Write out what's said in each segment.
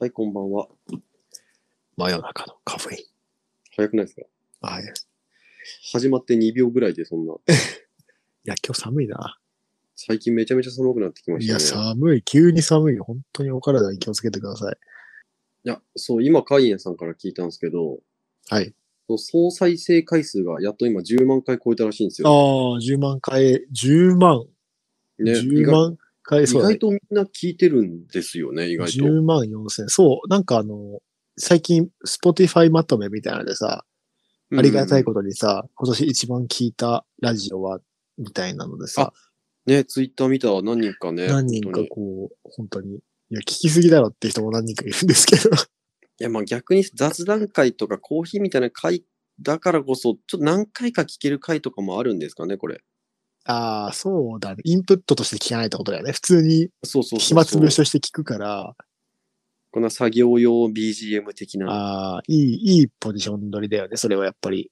はい、こんばんは。真夜中のカフェイン。早くないですかはい。い始まって2秒ぐらいでそんな。や、今日寒いな。最近めちゃめちゃ寒くなってきまいしたね。や、寒い。急に寒い。本当にお体に気をつけてください。いやそう、今、カイエンさんから聞いたんですけど、はい。そう総再生回数がやっと今10万回超えたらしいんですああよ。、 10万回、10万、ね、意10外万回、意そうだね外とみんな聞いてるんですよね、意外と。 10万4千。そう、なんかあの、最近、Spotify まとめみたいなのでさ、ありがたいことにさ、今年一番聞いたラジオは、みたいなのでさ、と。ね、ツイッター見たら何人かね。何人か本当にこう、本当に、いや、聞きすぎだろって人も何人かいるんですけど、 いや、まあ逆に雑談会とかコーヒーみたいな会だからこそ、ちょっと何回か聞ける回とかもあるんですかね、これ。ああ、そうだね。インプットとして聞かないってことだよね。普通にそうそうそうそう。暇つぶしとして聞くから、こんな作業用 BGM 的な。ああ、いい、いいポジション取りだよね。それはやっぱり。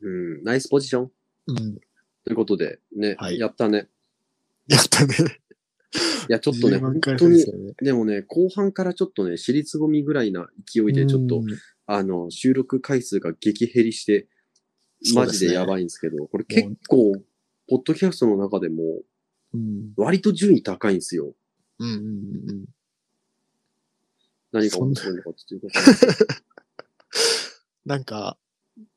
うん、ナイスポジションうん。 ということで、ね、はいやったね。やったね。いや、ちょっとね、 10本万回当再に生、ね。でもね、後半からちょっとね、尻つぼみぐらいな勢いで、ちょっうとん、。あの、収録回数が激減りして、マジでやばいんですけど、これ結構、ポッドキャストの中でも、うん。割と順位高いんですよ。うんうんうんうん。何が面白いのかっていうことで。なんか、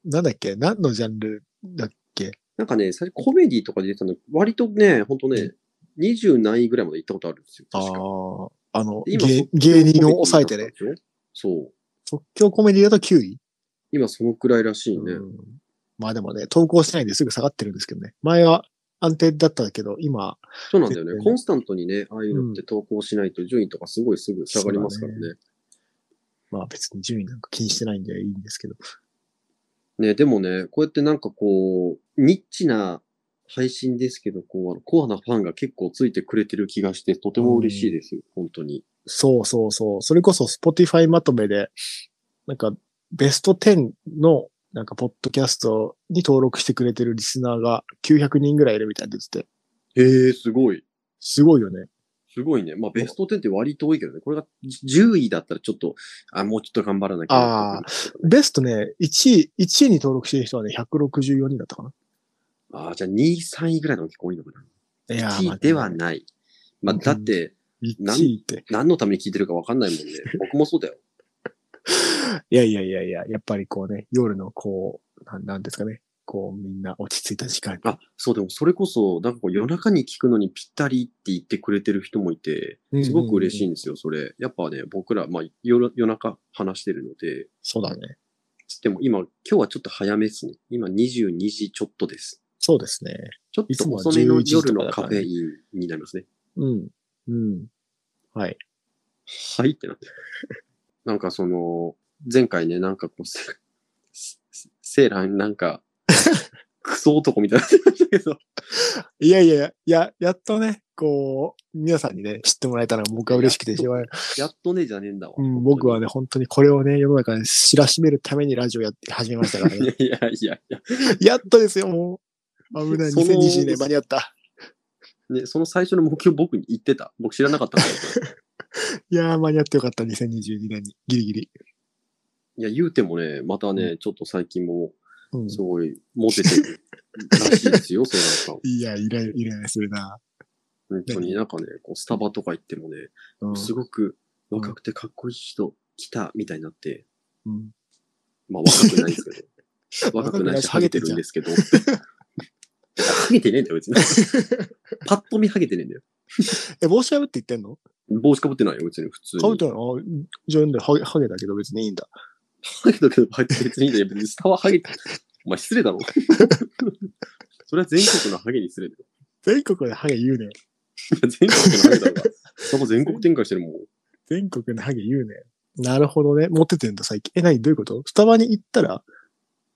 なんだっけ何のジャンルだっけなんかね、最初コメディとかで出てたの、割とね、ほんとね、20何位ぐらいまで行ったことあるんですよ。あ確か。あ。あの、で今芸即興芸人をコメディ抑えてね。だったでしょ。そう。即興コメディだと9位、今そのくらいらしいね。うんまあでもね、投稿しないんですぐ下がってるんですけどね。前は安定だったけど、今、そうなんだよね絶対ねコンスタントにね、ああいうのって投稿しないと順位とかすごいすぐ下がりますからね。そうまあ別に順位なんか気にしてないんでいいんですけど。ね、でもね、こうやってなんかこう、ニッチな配信ですけど、こう、あのコアなファンが結構ついてくれてる気がして、とても嬉しいですよ、本当に。そうそうそう。それこそ Spotify まとめで、なんかベスト10の、なんかポッドキャストに登録してくれてるリスナーが900人ぐらいいるみたいなって言ってて、へえ、すごい。すごいよね。すごいね。まあ、ベスト10って割と多いけどね。これが10位だったらちょっと、あ、もうちょっと頑張らなきゃなってくるベストね、1位、1位に登録してる人はね、164人だったかああ、じゃあ2位、3位ぐらいの方が結構多いのかな。な。いや1位ではない。まあ、だって、 1なん位って。何のために聞いてるかわかんないもんね。僕もそうだよ。いやいやいやいや、やっぱりこうね、夜のこう、なんなんですかね、こうみんな落ち着いた時間に。あ、そう、でもそれこそ、なんかこう夜中に聞くのにぴったりって言ってくれてる人もいて、すごく嬉しいい。んですよ、それ。やっぱね、僕ら、まあ夜、夜中話してるので、そうだね。つっても今、今日はちょっと早めですね。今22時ちょっとです。そうですね。ちょっいつともは遅めの11時と夜かのだカからフねェインになりますね。うん。うん。はい。はいってなって。なんかその、前回ね、なんかこう、せせセーランなん か、クソ男みたいになってましたけど、いやいやいや、いや、やっとね、こう、皆さんにね、知ってもらえたのが僕は嬉しくてしまう。やっとねじゃねえんだわ。うん、僕はね。ね、本当にこれをね、世の中に知らしめるためにラジオやって始めましたから ね。いやいやいや、やっとですよ、もう。危ない。その2020年間に合った。ね、その最初の目標僕に言ってた。僕知らなかった から。いやー、間に合ってよかった、2022年に。ギリギリ。いや、言うてもね、またね、ちょっと最近も、うん。すごい、モテてるらしいですよ、セイランさん。いや、イライライライラするな。本当になんかね、こうスタバとか行ってもね、うん。すごく若くてかっこいい人来たみたいになって、うんまあ若くないんですけ ど、若くないし、ハゲてるんですけど、いやハゲてねえんだよ、別 に。パッと見ハゲてねえんだよ。え、帽子かぶって言ってんの帽子かぶってないよ、別に普通に。かぶってないのあ、じゃあ読んだらハゲ、ハゲだけど別にいいんだ。ハゲたけど、別にいいんだよ。別にスタバハゲて、お前失礼だろ。 それは全国のハゲに失礼だよ。全国でハゲ言うね。全国のハゲだろうが。スタバ全国展開してるもん。全国でハゲ言うね。なるほどね。持っててんだ、最近。え、何どういうことスタバに行ったら、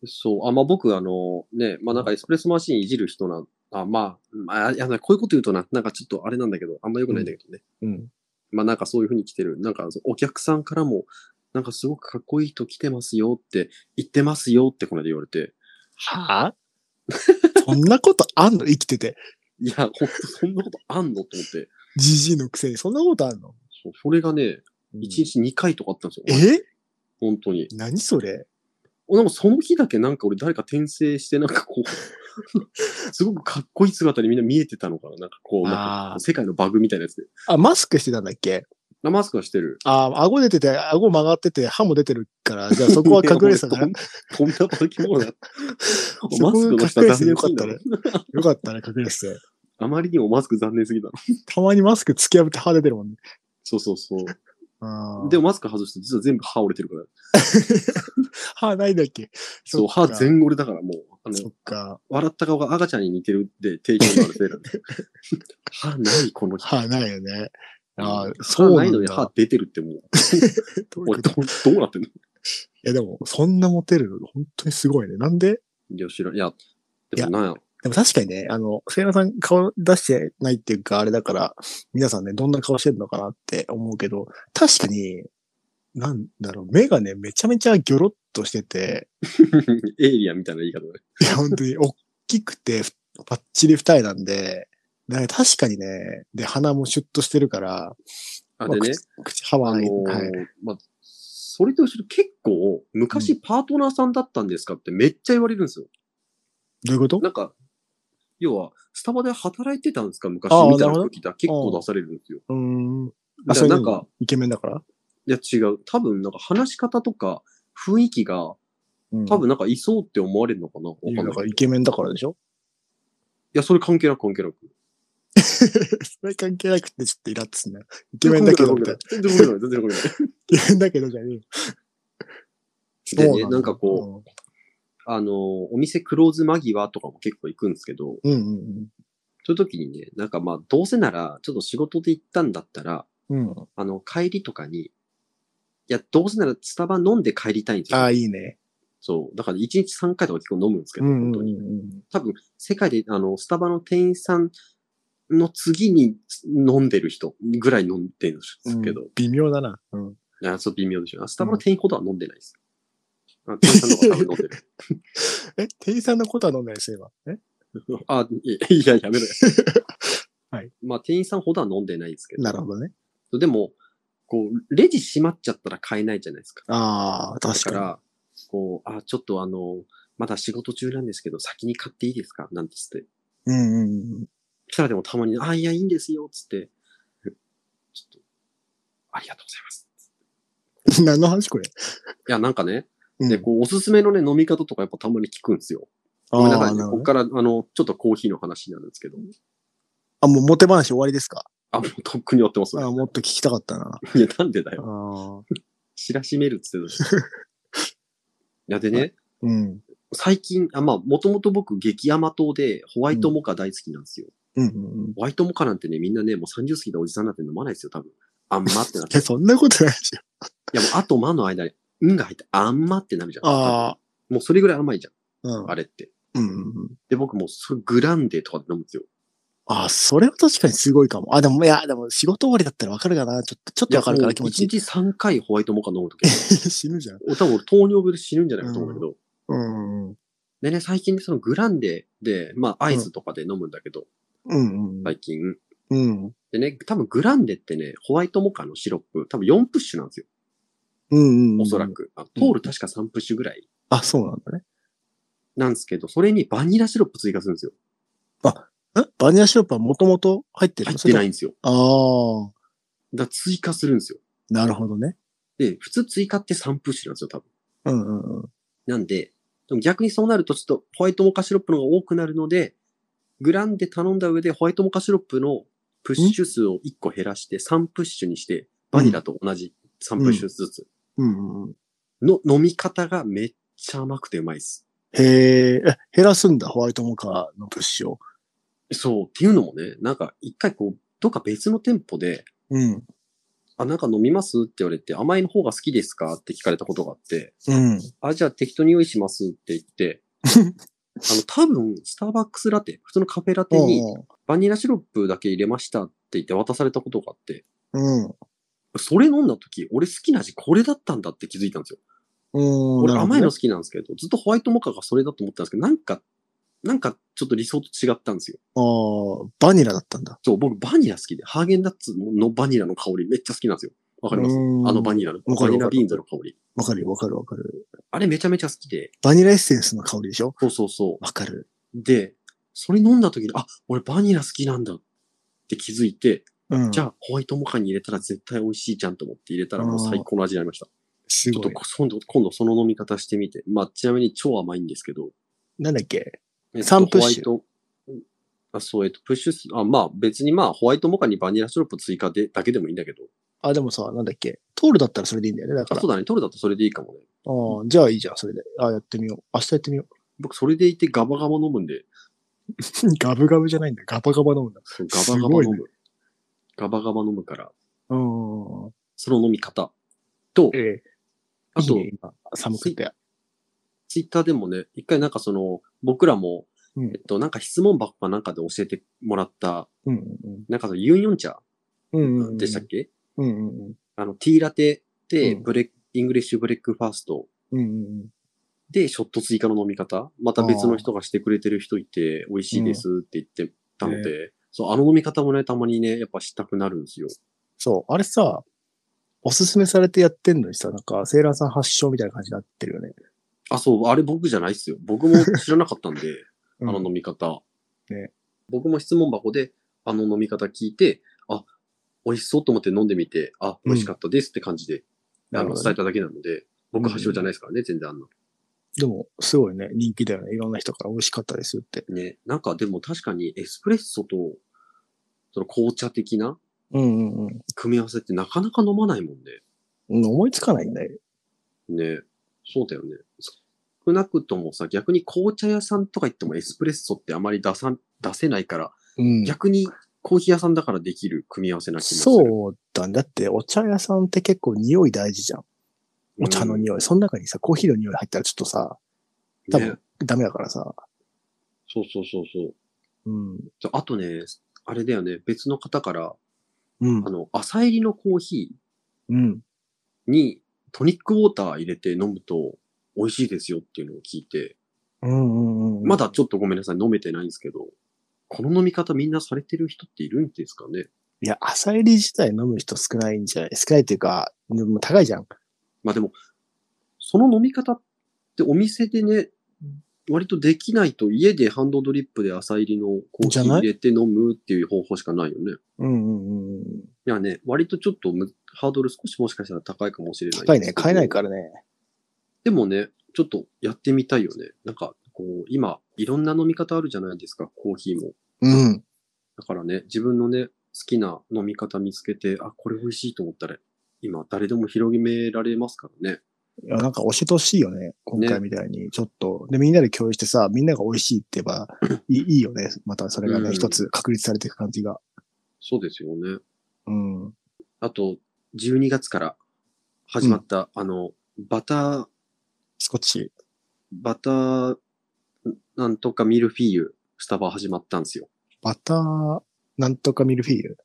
そう、あ、まあ、僕、あの、ね、まあ、なんかエスプレッソマシンいじる人な、あ、まあ、まあ、いや、こういうこと言うとな、なんかちょっとあれなんだけど、あんま良くないんだけどね。うん。まあ、なんかそういうふうに来てる。なんか、そうお客さんからも、なんかすごくかっこいい人来てますよって、言ってますよってこの間言われて、はぁ そんなことあんの生きてて。いや、ほんと、そんなことあんのと思って。じじいのくせに、そんなことあんのそうそれがね、う1ん日2回とかあったんですよ。え本当に。何それなんかその日だけなんか俺誰か転生してなんか こう、すごくかっこいい姿にみんな見えてたのかななんかこう、なんあかー世界のバグみたいなやつで。あ、マスクしてたんだっけなマスクはしてる。あ、顎出てて、顎曲がってて、歯も出てるから、じゃあそこは隠れてた から。ねお前とんとんだ化け物 だ。そこマスクの隠れ下ててよかった残念ねすぎだろ。よかったね、隠れてて。あまりにもマスク残念すぎたの。たまにマスク突き破って歯出てるもんね。そうそうそう。あーでもマスク外して実は全部歯折れてるから。歯ないんだっけそう、そ歯っか全折れだからもう、あそのっ、か。笑った顔が赤ちゃんに似てるって提供のあるせいなん で。歯ないこの人。歯ないよね。あー歯そうなないんのにだ。歯出てるってもう、どういおい、うどことうどうなってんのいやでも、そんなモテるの、本当にすごいね。なんでいや、知らん。いや、でもなんやろ。 でも確かにね、あの、せいなさん顔出してないっていうか、あれだから、皆さんね、どんな顔してるのかなって思うけど、確かに、なんだろう、目がね、めちゃめちゃギョロッとしてて、エイリアンみたいな言い方で。いや、本当に、大きくて、ふパッチリ二重なんで、だから確かにね、で、鼻もシュッとしてるから、あ、でね、まあ口、口歯はあのない、ーはい。まあ、それと後ろ結構、昔パートナーさんだったんですかってめっちゃ言われるんですよ。どういうことなんか、要は、スタバで働いてたんですか昔ああみたいななるほど時だ結構出されるんですよ。うーん。だからなんか、、イケメンだからいや違う。多分なんか話し方とか雰囲気が、うん多分なんかいそうって思われるのかなわいやかだんかならい。いイケメンだからでしょや、それ関係なく関係なく。それ関係なくてちょっとイラッとすんな。イケメンだけどみたいな。全然関係ない。全然関係ない。イケメンだけどじゃねえよでね そうだなんかこあのー、お店クローズ間際とかも結構行くんですけど、うん。うんうんそういう時にね、なんかまあ、どうせなら、ちょっと仕事で行ったんだったら、うん。うん。あの、帰りとかに、いや、どうせならスタバ飲んで帰りたいんですあよ。あ、いいね。そう。だから1日3回とか結構飲むんですけうど、ん本うん当うんに。うん。多分、世界で、あの、スタバの店員さんの次に飲んでる人ぐらい飲んでるんですけど、微妙だな。うん。あそう微妙でしょ。あスタバの店員ほどは飲んでないです。あ店員さんの方が多分飲んでる。え、店員さんのことは飲んだりすれば。え あ、いいや、やめろよ。 はい。まあ、店員さんほどは飲んでないですけど。なるほどね。でも、こう、レジ閉まっちゃったら買えないじゃないですか。ああ、だ確か、からこう、あ、ちょっとあの、まだ仕事中なんですけど、先に買っていいですかなんつって。に。うんうんうん。 そしたらでもたまに、あ、いや、いいんですよ、つって。ちょっと、ありがとうございます。何の話これ。いや、なんかね、うんで、こう、おすすめのね、飲み方とかやっぱたまに聞くんですよ。ごめんなさいね。あーここから、あの、ちょっとコーヒーの話になるんですけど。あ、もうモテ話終わりですかあ、もうとっくにやってますあね。ーもっと聞きたかったな。いや、なんでだあよ。ー知らしめるっつ ってたしいや、でね、うん。最近、あまあ、もともと僕、激甘党で、ホワイトモカ大好きなんですよ。うんうんうん。ホワイトモカなんてね、みんなね、もう30過ぎたおじさんなんて飲まないですよ、多分。あんまってなっ え、て。いそんなことない じや、もう、あとまの間に、うんが入って、あんまってなるじゃん。ゃん。ああ。もうそれぐらい甘いじゃうんん、あ。れって。うんうんうん。で、僕もう、それグランデとかで飲むんですよ。ああ、それは確かにすごいかも。あ、でも、いや、でも仕事終わりだったらわかるかな。ちょっと、ちょっとわかるかもうら気持ちい1日3回ホワイトモカ飲 むとき、い。死ぬじゃん。お多分俺糖尿病で死ぬんじゃないかと思うんだけど。うんうん。でね、最近そのグランデで、まあ、アイスとかで飲むんだけど、うんうん。最近。うん。でね、多分グランデってね、ホワイトモカのシロップ、多分4プッシュなんですよ。うんうん。おそら。く。あトール確か3プッシュぐらいあ、そうなんだね。なんですけど、それにバニラシロップ追加するんですよ。えバニラシロップはもともと入ってる入のってないい。んですよ。ああ、だから追加するんですよ。なるほどね。で、普通追加って3プッシュなんですよ、多分。うんうんうん。なんで、でも逆にそうなるとちょっとホワイトモカシロップの方が多くなるので、グランデ頼んだ上でホワイトモカシロップのプッシュ数を1個減らして3プッシュにして、バニラと同じ3プッシュずつうんうん、の飲み方がめっちゃ甘くてうまいです。へえ、え減らすんだ、ホワイトモカのプッシュを。そう、っていうのもね、なんか一回こう、どっか別の店舗で、うん。あ、なんか飲みますって言われて、甘いの方が好きですかって聞かれたことがあって、うん。あ、じゃあ適当に用意しますって言 って、あの、多分、スターバックスラテ、普通のカフェラテに、バニラシロップだけ入れましたって言って渡されたことがあって、うん。それ飲んだ時、俺好きな味これだったんだって気づいたんですよ。うん。俺甘いの好好きなんですけど、ずっとホワイトモカがそれだと思ってたんですけど、なんか、なんかちょっと理想と違ったんですよ。き。ああ、バニラだったんだ。そう、僕バニラ好きで、ハーゲンダッツのバニラの香りめっちゃ好きなんですよ。わかりますあのバニラの、わかバるニラわかるビーンズの香り。わかるよ、わかるわかる。あれめちゃめちゃ好きで。バニラエッセンスの香りでしょそうそうそう。わかる。で、それ飲んだ時に、あ、俺バニラ好きなんだって気づいて、うん。じゃあホワイトモカに入れたら絶対美味しいじゃんと思って入れたらもう最高の味になりました。すちょっとごい。今度、今度その飲み方してみて。まあ、ちなみに超甘いんですけど。なんだっけえっとサンプッシュホワイトあ、そう、えっと、プッシュス、あ、まあ別にまあホワイトモカにバニラシロップ追加で、だけでもいいんだけど。あ、でもさ、なんだっけトールだったらそれでいいんだよね。だかあ、ら。そうだね。取るだとそれでいいかもね。ああ、じゃあいいじゃん、それで。あやってみよう。明日やってみよ僕それでいてガバガバ飲むんで、う。ガブガブじゃないんだ。ガバガバ飲むんだ。そうガバガすごバい飲ねむ、ガバガバ飲むから、うん。その飲み方と、ええ。あといいね今寒くて。ツイッターでもね、一回なんかその、僕らも、うんえっと、なんか質問箱かなんかで教えてもらった、うんうんなんかそのユンヨン茶うん。うんうんうん。でしたっけ、うんうんうん。あの、ティーラテで、うんブレック、イングリッシュブレックファーストうんうんで、ショット追加の飲み方、また別の人がしてくれてる人いて、美味しいですって言ってたので、そう、あの飲み方もね、たまにね、やっぱしたくなるんですよ。そう、あれさ、おすすめされてやってんのにさ、なんか、セーラーさん発祥みたいな感じになってるよね。あ、そう、あれ僕じゃないっすよ。僕も知らなかったんで、 うんあの飲み方。ね僕も質問箱で、あの飲み方聞いて、あ、美味しそうと思って飲んでみて、あ、美味しかったですって感じで、なあるほの、どね伝えただけなので、僕発祥じゃないですからね、全然あんな。でも、すごいね、人気だよね。いろんな人から美味しかったですよって。ね、なんかでも確かにエスプレッソと、その紅茶的なうんうんうん。組み合わせってなかなか飲まないもん思いつかないんだよ。ね。ね。そうだよね。少なくともさ、逆に紅茶屋さんとか行ってもエスプレッソってあまり出さん、出せないから、うん逆にコーヒー屋さんだからできる組み合わせな気もする。そうだね。だって、お茶屋さんって結構匂い大事じゃん。お茶の匂い。その中にさ、コーヒーの匂い入ったらちょっとさ、い多分、ダメだからさ。そうそうそうそう。うん。じゃああとね、あれだよね、別の方から、うんあ。の、朝入りのコーヒうん。ーにトニックウォーター入れて飲むと美味しいですよっていうのを聞いて、うんうんうん。まだちょっとごめんなさい、飲めてないんですけど、この飲み方みんなされてる人っているんですかねいや、朝入り自体飲む人少ないんじゃない少ないっていうか、でも高いじゃん。まあでも、その飲み方ってお店でね、割とできないと家でハンドドリップで朝入りのコーヒじーゃない入れて飲むっていう方法しかないよね。うんうんうんうん。いやね、割とちょっとむハードル少しもしかしたら高いかもしれない。高いね。買えないら。からね。でもね、ちょっとやってみたいよね。なんか、こう、今、いろんな飲み方あるじゃないですか、コーヒーも。うん。だからね、自分のね、好きな飲み方見つけて、あ、これ美味しいと思ったら、今、誰でも広げられますからね。いや、なんか教えてほしいよね。今回みたいに。ちょっと。で、みんなで共有してさ、みんなが美味しいって言えば、いいいいよね。またそれがうね、ん一つ確立されていく感じが。そうですよね。うん。あと、12月から始まった、あの、バター、スコッチ。バター、なんとかミルフィーユ、スタバ始まったんですよ。バター、なんとかミルフィーユ。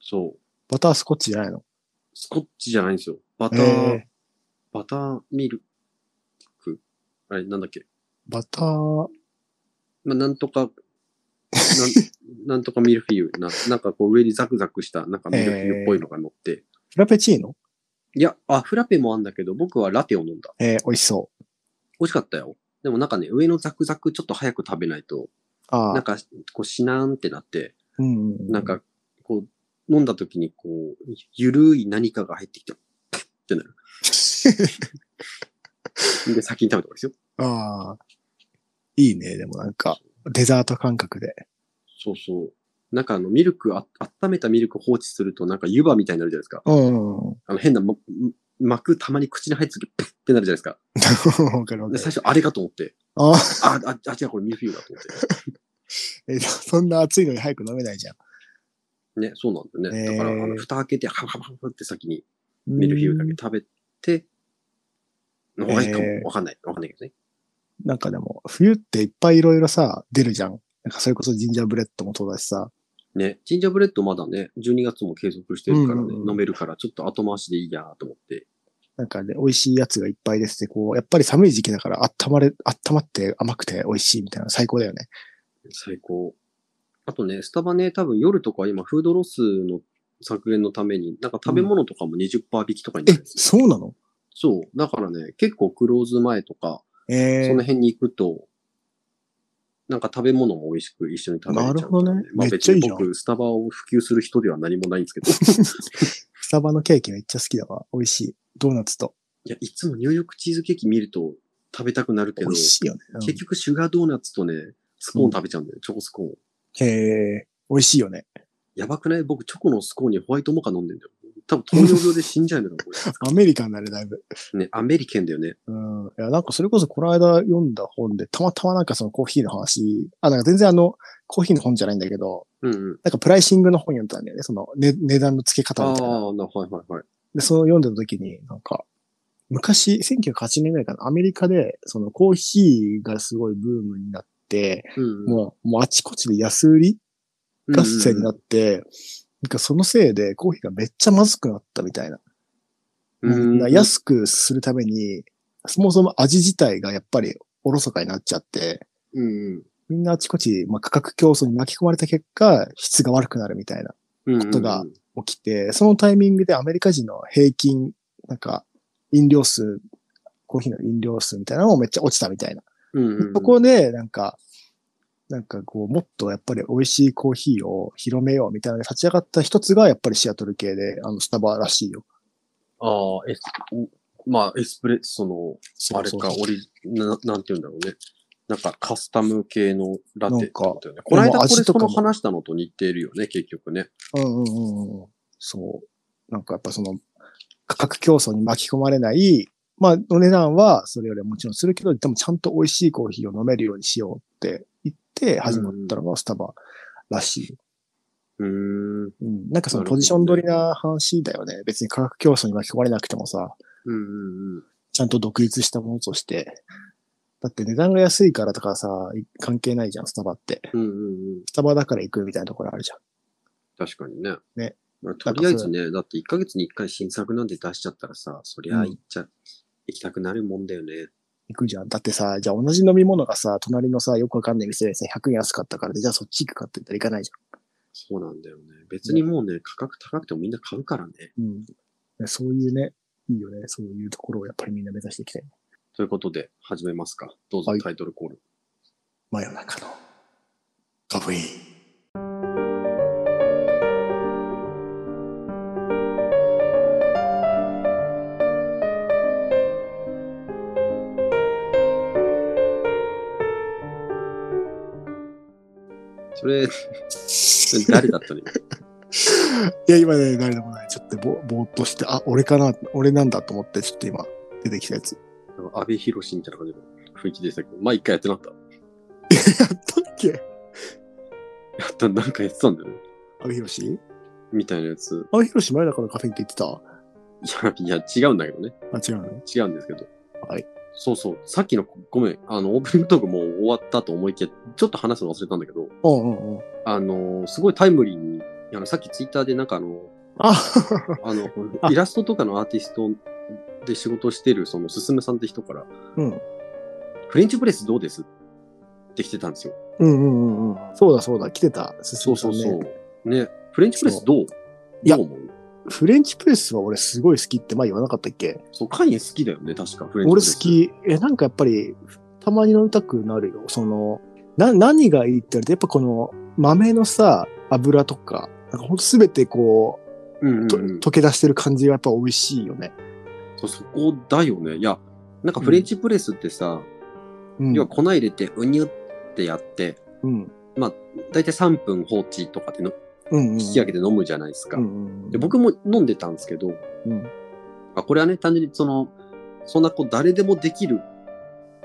そう。バタースコッチじゃないのスコッチじゃないんですよ。バター、えバターミルク。あれ、なんだっけ。ー、バター、まあ、なんと か、なんなんとかミルフィーユな。なんかこう上にザクザクした、なんかミルフィーユっぽいのが乗って。フラペチーノいや、あ、フラペもあんだけど、僕はラテを飲んだ。えー、美味しそ美味しかったよ。でもなんかね、上のザクザクちょっと早く食べないと、う。あなんあ。かこうしなーんってなって、うんう。 なん、かこう飲んだ時にこう、ゆるい何かが入ってきて、プッってなる。で、先に食べたわけですよ。ああ。いいね。でもなんか、デザート感覚で。そうそう。なんかあの、ミルクあ、温めたミルク放置すると、なんか湯葉みたいになるじゃないですか。うん。 わあの、変な、ま、膜たまに口に入ってきて、ペッってなるじゃないですか。かるわかでる。最初、あれかと思って。ああ。あ、あ、あ、違う、これミルフィーユだと思っえ、そんな暑いのに早く飲めないじゃん。て。ね、そうなんだよね。だから、あへーの、蓋開けて、ハハハハって先にミルフィーユだけ食べて、の方がいいかへーも。わかんない。わかんないけどね。なんかでも、冬っていっぱいいろいろさ、出るじゃん。なんかそれこそジンジャーブレッドもそうだしさ。ね、ジンジャーブレッドまだね、12月も継続してるからうんね、うんうん飲めるから、ちょっと後回しでいいやと思って。なんかね、美味しいやつがいっぱいですって、こう、やっぱり寒い時期だから温まれ、温まって甘くて美味しいみたいな最高だよね。最高。あとね、スタバね、多分夜とか今、フードロスの削減のために、なんか食べ物とかも20%引きとかになえるん、ですよ、そうなのそう。だからね、結構クローズ前とか、えそのー、辺に行くと、なんか食べ物も美味しく一緒に食べれちゃう、なるほどねまあめっ別ちゃいにいじゃん僕、スタバを普及する人では何もないんですけど。スタバのケーキめっちゃ好きだわ。美味しい。ドーナツと。いや、いつもニューヨークチーズケーキ見ると食べたくなるけ美ど、味しいよね。うん結局シュガードーナツとね、スコーン食べちゃうんだよ、チョコスコーン。へえ、美味しいよね。やばくない僕、チョコのスコーンにホワイトモカ飲んでんだよ。多分糖尿病で死んじゃうんだよ、こアメリカンだね、だいぶ。 れね、アメリケンだよね。うん。いや、なんかそれこそこの間読んだ本で、たまたまなんかそのコーヒーの話、あ、なんか全然あの、コーヒーの本じゃないんだけど、うんうん。なんかプライシングの本読んだんだよね。その、ね、値段の付け方あみたいな。あ、な、はいはいはい。で、その読んでた時に、なんか、昔、1908年ぐらいかな、アメリカで、そのコーヒーがすごいブームになって、うんうん。もう、もうあちこちで安売り合戦になって、なんかそのせいでコーヒーがめっちゃまずくなったみたいな。うんうんうん。安くするために、そもそも味自体がやっぱりおろそかになっちゃって、うんうんみんなあちこち、まあ、価格競争に巻き込まれた結果、質が悪くなるみたいなうんうん。ことが起きて、そのタイミングでアメリカ人の平均、なんか、飲料数、コーヒーの飲料数みたいなのもめっちゃ落ちたみたいな。うんうんうん、そこで、なんか、なんかこう、もっとやっぱり美味しいコーヒーを広めようみたいなので立ち上がった一つが、やっぱりシアトル系で、あの、スタバらしいよ。ああ、エス、おまあ、エスプレッソの、あれか、オリジな、なんて言うんだろうね。なんかカスタム系のラテってことよね。こので間もこれ味とそかもの話したのと似てるよね、結局ね。うんうんうんうん。そう。なんかやっぱその、価格競争に巻き込まれない、まあ、お値段はそれよりはもちろんするけど、でもちゃんと美味しいコーヒーを飲めるようにしようって言って始まったのがスタバらしい。うーん。うん。なんかそのポジション取りな話だよね。別に価格競争に巻き込まれなくてもさ、うんうんうん。ちゃんと独立したものとして。だって値段が安いからとかさ、い関係ないじゃん、スタバって。うんうんうん。スタバだから行くみたいなところあるじゃん。確かにね。ねまあ。とりあえずね、だって1ヶ月に1回新作なんて出しちゃったらさ、そりゃ行っちゃ、行きたくなるもんだよね。行くじゃん。だってさ、じゃあ同じ飲み物がさ、隣のさ、よくわかんない店でさ、100円安かったからで、じゃあそっち行くかって言ったら行かないじそうなんだよね。別にもうね、価格高くてもみんな買うからね。ゃん。うん。そういうね、いいよね。そういうところをやっぱりみんな目指していきたい。ということで、始めますか。どうぞはいタイトルコール。真夜中のカフェイン。それ、それ誰だったの今 いや、今ね、誰でもない。ちょっとぼぼーっとして、あ、俺かな、俺なんだと思って、ちょっと今、出てきたやつ。なんか安倍博士みたいな感じの雰囲気でしたけど、毎回やってなかっやったっけた。やった、なんかやってたんだよね。阿部寛みたいなやつ。阿部寛真夜中のカフェインって言ってたあ、いや、いや、違うんだけどね。違うの違うんですけど。はい。そうそう。さっきの、ごめん、あの、オープニングトークもう終わったと思いきや、ちょっと話すの忘れたんだけど、うんうんうん。あの、すごいタイムリーに、あの、さっきツイッターでなんかあ の、あ、あのあ、イラストとかのアーティストで仕事してる、その、すすむさんって人から、うん。フレンチプレスどうですって来てたんですよ。うんうんうんうん。そうだそうだ、来てた。そそうそうそう。ね。フレンチプレスどういやどう思うフレンチプレスは俺すごい好きって前言わなかったっけそう、カイン好きだよね、確か。フレンチプレ俺好ス。き。え、なんかやっぱり、たまに飲みたくなるよ。その、な、何がいいって言われて、やっぱこの豆のさ、油とか、なんかほんとすべてこうんう、うんと、うん溶け出してる感じがやっぱ美味しいよね。そうそこだよね。いや、なんかフレンチプレスってさ、うん。要は粉入れて、うにゅってやって、うん。だいたい3分放置とかでのうん、うん。引き上げて飲むじゃないですか。うんうんうん、で僕も飲んでたんですけど、うん、あこれはね、単純にその、そんなこう誰でもできる。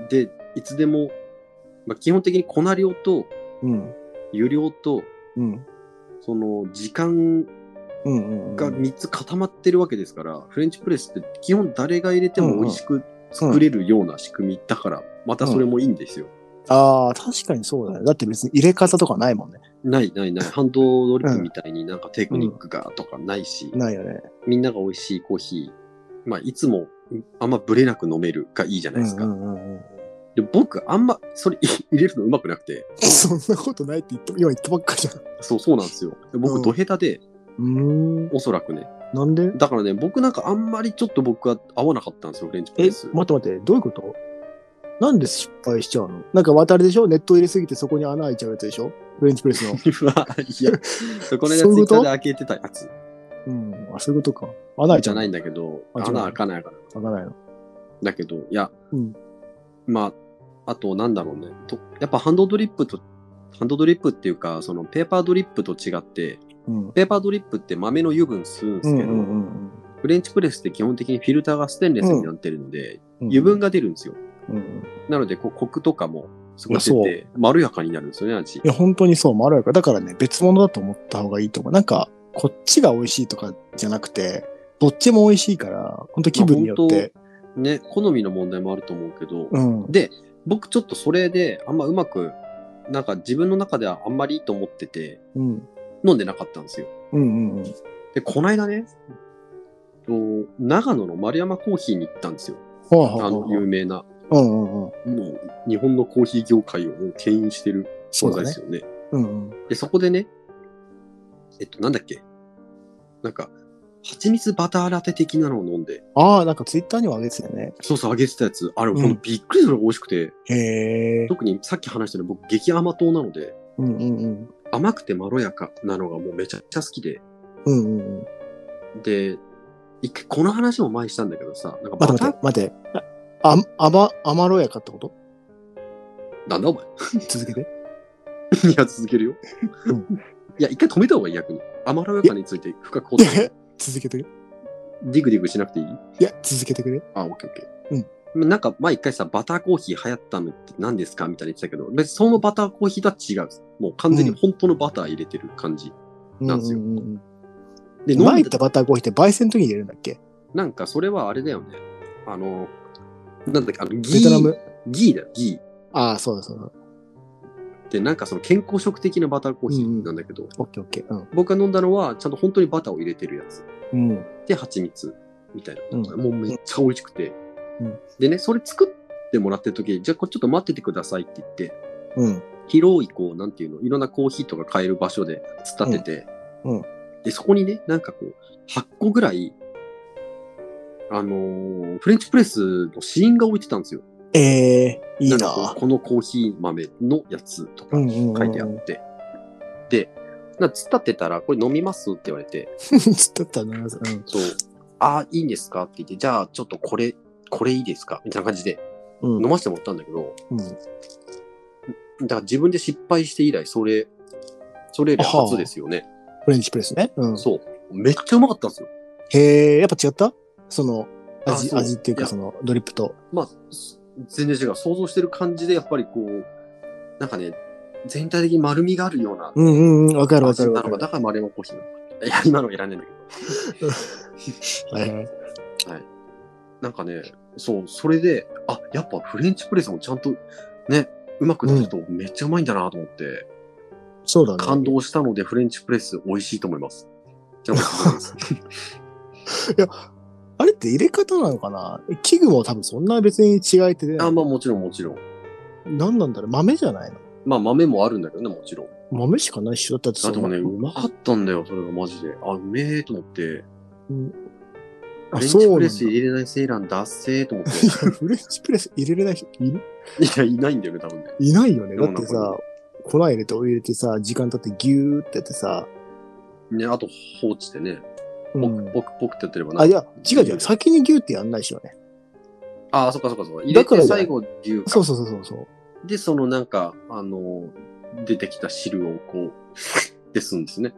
で、いつでも、まあ、基本的に粉量とうん。油量と、うん。その時間うん。うん。が3つ固まってるわけですから、フレンチプレスって基本誰が入れても美味しく作れるような仕組みだから、またそれもいいんですよ。ああ、確かにそうだね。だって別に入れ方とかないもんね。ないないない。ハンドドリップみたいになんかテクニックがとかないし、ないよね。みんなが美味しいコーヒー、まあいつもあんまブレなく飲めるがいいじゃなういんですか。うんうんうん。で僕あんまそれ入れるのうまくなくて、そんなことないって言って、今言ったばっかじゃん。そうそうなんですよ。でう僕んドヘタで、うーん。おそらくね。なんでだからね、僕なんかあんまりちょっと僕は合わなかったんですよ、フレンチプえ、レ待スっ。て待って、どういうことなんで失敗しちゃうのなんか渡りでしょネット入れすぎてそこに穴開いちゃうやつでしょフレンチプレス の。うわいや、そうこの間ツそイうッいうことターで開けてたやつうん。あ、そういうことか。穴開いちじゃゃうないんだけど、あ違う穴開かないから。開かないの。だけど、いや、うんまあ、あとなんだろうねと。やっぱハンドドリップと、ハンドドリップっていうか、そのペーパードリップと違って、うん。ペーパードリップって豆の油分吸うんでうすんけうど、んうんフレンチプレスって基本的にフィルターがステンレスになってるので、うん。油分が出るんですよ。うんうん。なので、こうコクとかもすごいい出やて、まろやかになるんですよね、味い。や、本当にそう、まろやか。だからね、別物だと思った方がいいと思う。なんか、こっちが美味しいとかじゃなくて、どっちも美味しいから、本当気分によって。ね、好みの問題もあると思うけど、うん。で、僕ちょっとそれであんまうまく、なんか自分の中ではあんまりいいと思ってて、うん。飲んでなかったんですよ。うんうんうん。で、こないだね、と長野の丸山コーヒーに行ったんですよ。ほうほうあほうの、有名な、うんうんうん。もう日本のコーヒー業界をもう牽引してるそ存うだ在です。ねよね。うんうん。で、そこでね、えっと、なんだっけなんか、蜂蜜バターラテ的なのを飲んで、ああ、なんかツイッターにもあげてたよね。そうそう、揚げてたやつ、あれ、んほんとびっくりするほど美味しくて、へえ。特にさっき話したように僕、激甘党なので、うんうんうん。甘くてまろやかなのがもうめちゃくちゃ好きで、うんうんうん。で、一回この話も前にしたんだけどさ、なんかバ待タってー、待って、待って。あ、あま、あまろやかってことなんだお前。 続けて。いや、続けるよ。うん いや、一回止めた方がいい、逆に。甘らやかについて深く掘っいてや、い や続けてくれ。ディグディグしなくていいいや、続けてくれ。あ、オッケーオッケー。なんか、前一回さ、バターコーヒー流行ったのって何ですかみたいに言ってたけど、別にそのバターコーヒーとは違う。もう完全に本当のバター入れてる感じ。なんすようううんで、うん。飲前ん行っでたバターコーヒーって焙煎の時に入れるんだっけなんか、それはあれだよね。あの、なんだっけ、あの、ギー。ベトナム。ギーだよ、ギー。ああ、そうだそうだ。で、なんかその健康食的なバターコーヒーなんだけど、オッケーオッケー。うん。僕が飲んだのは、ちゃんと本当にバターを入れてるやつ。うん。で、蜂蜜みたいな。うんもうめっちゃ美味しくて。うんでね、それ作ってもらってる時に、じゃあこれちょっと待っててくださいって言って、うん。広いこう、なんていうの、いろんなコーヒーとか買える場所で突っ立てて、うんうんで、そこにね、なんかこう、8個ぐらい、あのーフレンチプレスの試飲が置いてたんですよ。ええー、いいんかこなう。このコーヒー豆のやつとかうんうんうん。書いてあ って。で、なんか突っ立ってたら、これ飲みますって言われて、つったったな。うん。そう。ああ、いいんですかって言って、じゃあちょっとこれ、これいいですかみたいな感じでうん。飲ませてもらったんだけど、うん。だから自分で失敗して以来、それ、それ以来初ですよね。フレンチプレスね。うん。そう。めっちゃうまかったんですよ。へえ、やっぱ違ったその、味、あそう味っていういかやその、ドリップと。まあ、す全然違う。想像してる感じで、やっぱりこう、なんかね、全体的に丸みがあるようなうんうんうん。わかるわか味るなわのが、かる。だから丸山コーヒーなのか。いや、今のいらねえんだけど。はいはい。なんかね、そう、それで、あ、やっぱフレンチプレスもちゃんと、ね、うまくなるとめっちゃうまいんだなと思って。そうだね。感動したので、フレンチプレス美味しいと思います。じゃあおすすめですあれって入れ方なのかな器具も多分そんな別に違いって出 ないあ、まあもちろんもちろん。何なんだろう豆じゃないのまあ豆もあるんだけどね、もちろん。豆しかないっしょだってあ、そでのもね、うまかったんだよ、それがマジで。あ、うめえと思って。フあ、レンチそうプなんレだス。入れないセーラン、ダッセーと思って。 フレンチプレス入れれない人いるいや、いないんだよね、多分ね。いないよね。世だのっ中てにさ、粉入れてお湯入れてさ、時間経ってギューってやってさ、ね、あと放置でね、うポクんポクポクってやってればな。あ、いや、違う違う。先にギューってやんないでしょうね。あ、そっかそっかそっか。入れだからてじゃない最後、牛そうか。そうそうそう。で、そのなんか、あの、出てきた汁をこう、 ですん ですね。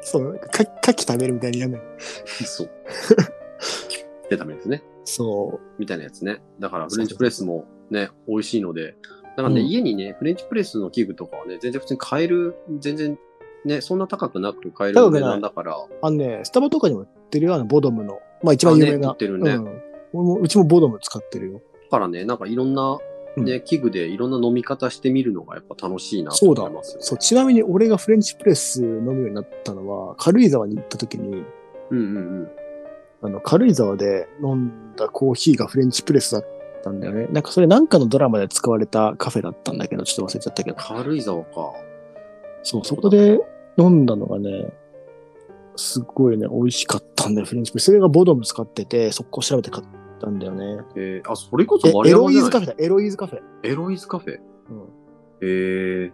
そう、か、かき食べるみたいにやんない。そう。で、ダメですね。そみたいなやつね。だからフレンチプレスもね、美味しいので。だからね、うん家にね、フレンチプレスの器具とかはね、全然普通に買える、全然ね、そんな高くなく買える高く値ない段だから、う。あのね、スタバとかにも売ってるよ、あの、ボドムの。まあ一番有名ね、売なっ。てるね。うだん。俺も、うちもボドム使ってるよ。からね、なんかいろんな、ね、器具でいろんな飲み方してみるのがやっぱ楽しいなとそうだ思いますよ。そう、ちなみに俺がフレンチプレス飲むようになったのは、軽井沢に行った時に、うんうんうん。あの、軽井沢で飲んだコーヒーがフレンチプレスだったんだよね。なんかそれなんかのドラマで使われたカフェだったんだけど、ちょっと忘れちゃったけど。軽井沢か。そう、そこで飲んだのがね、すっごいね、美味しかったんだよ、フレンチプレス。それがボドム使ってて、速攻調べて買ったんだよね。えー、あ、それこそえあエれはロイじーゃなズいカフェだ、エロイーズカフェ。エロイズカフェ。うんえー、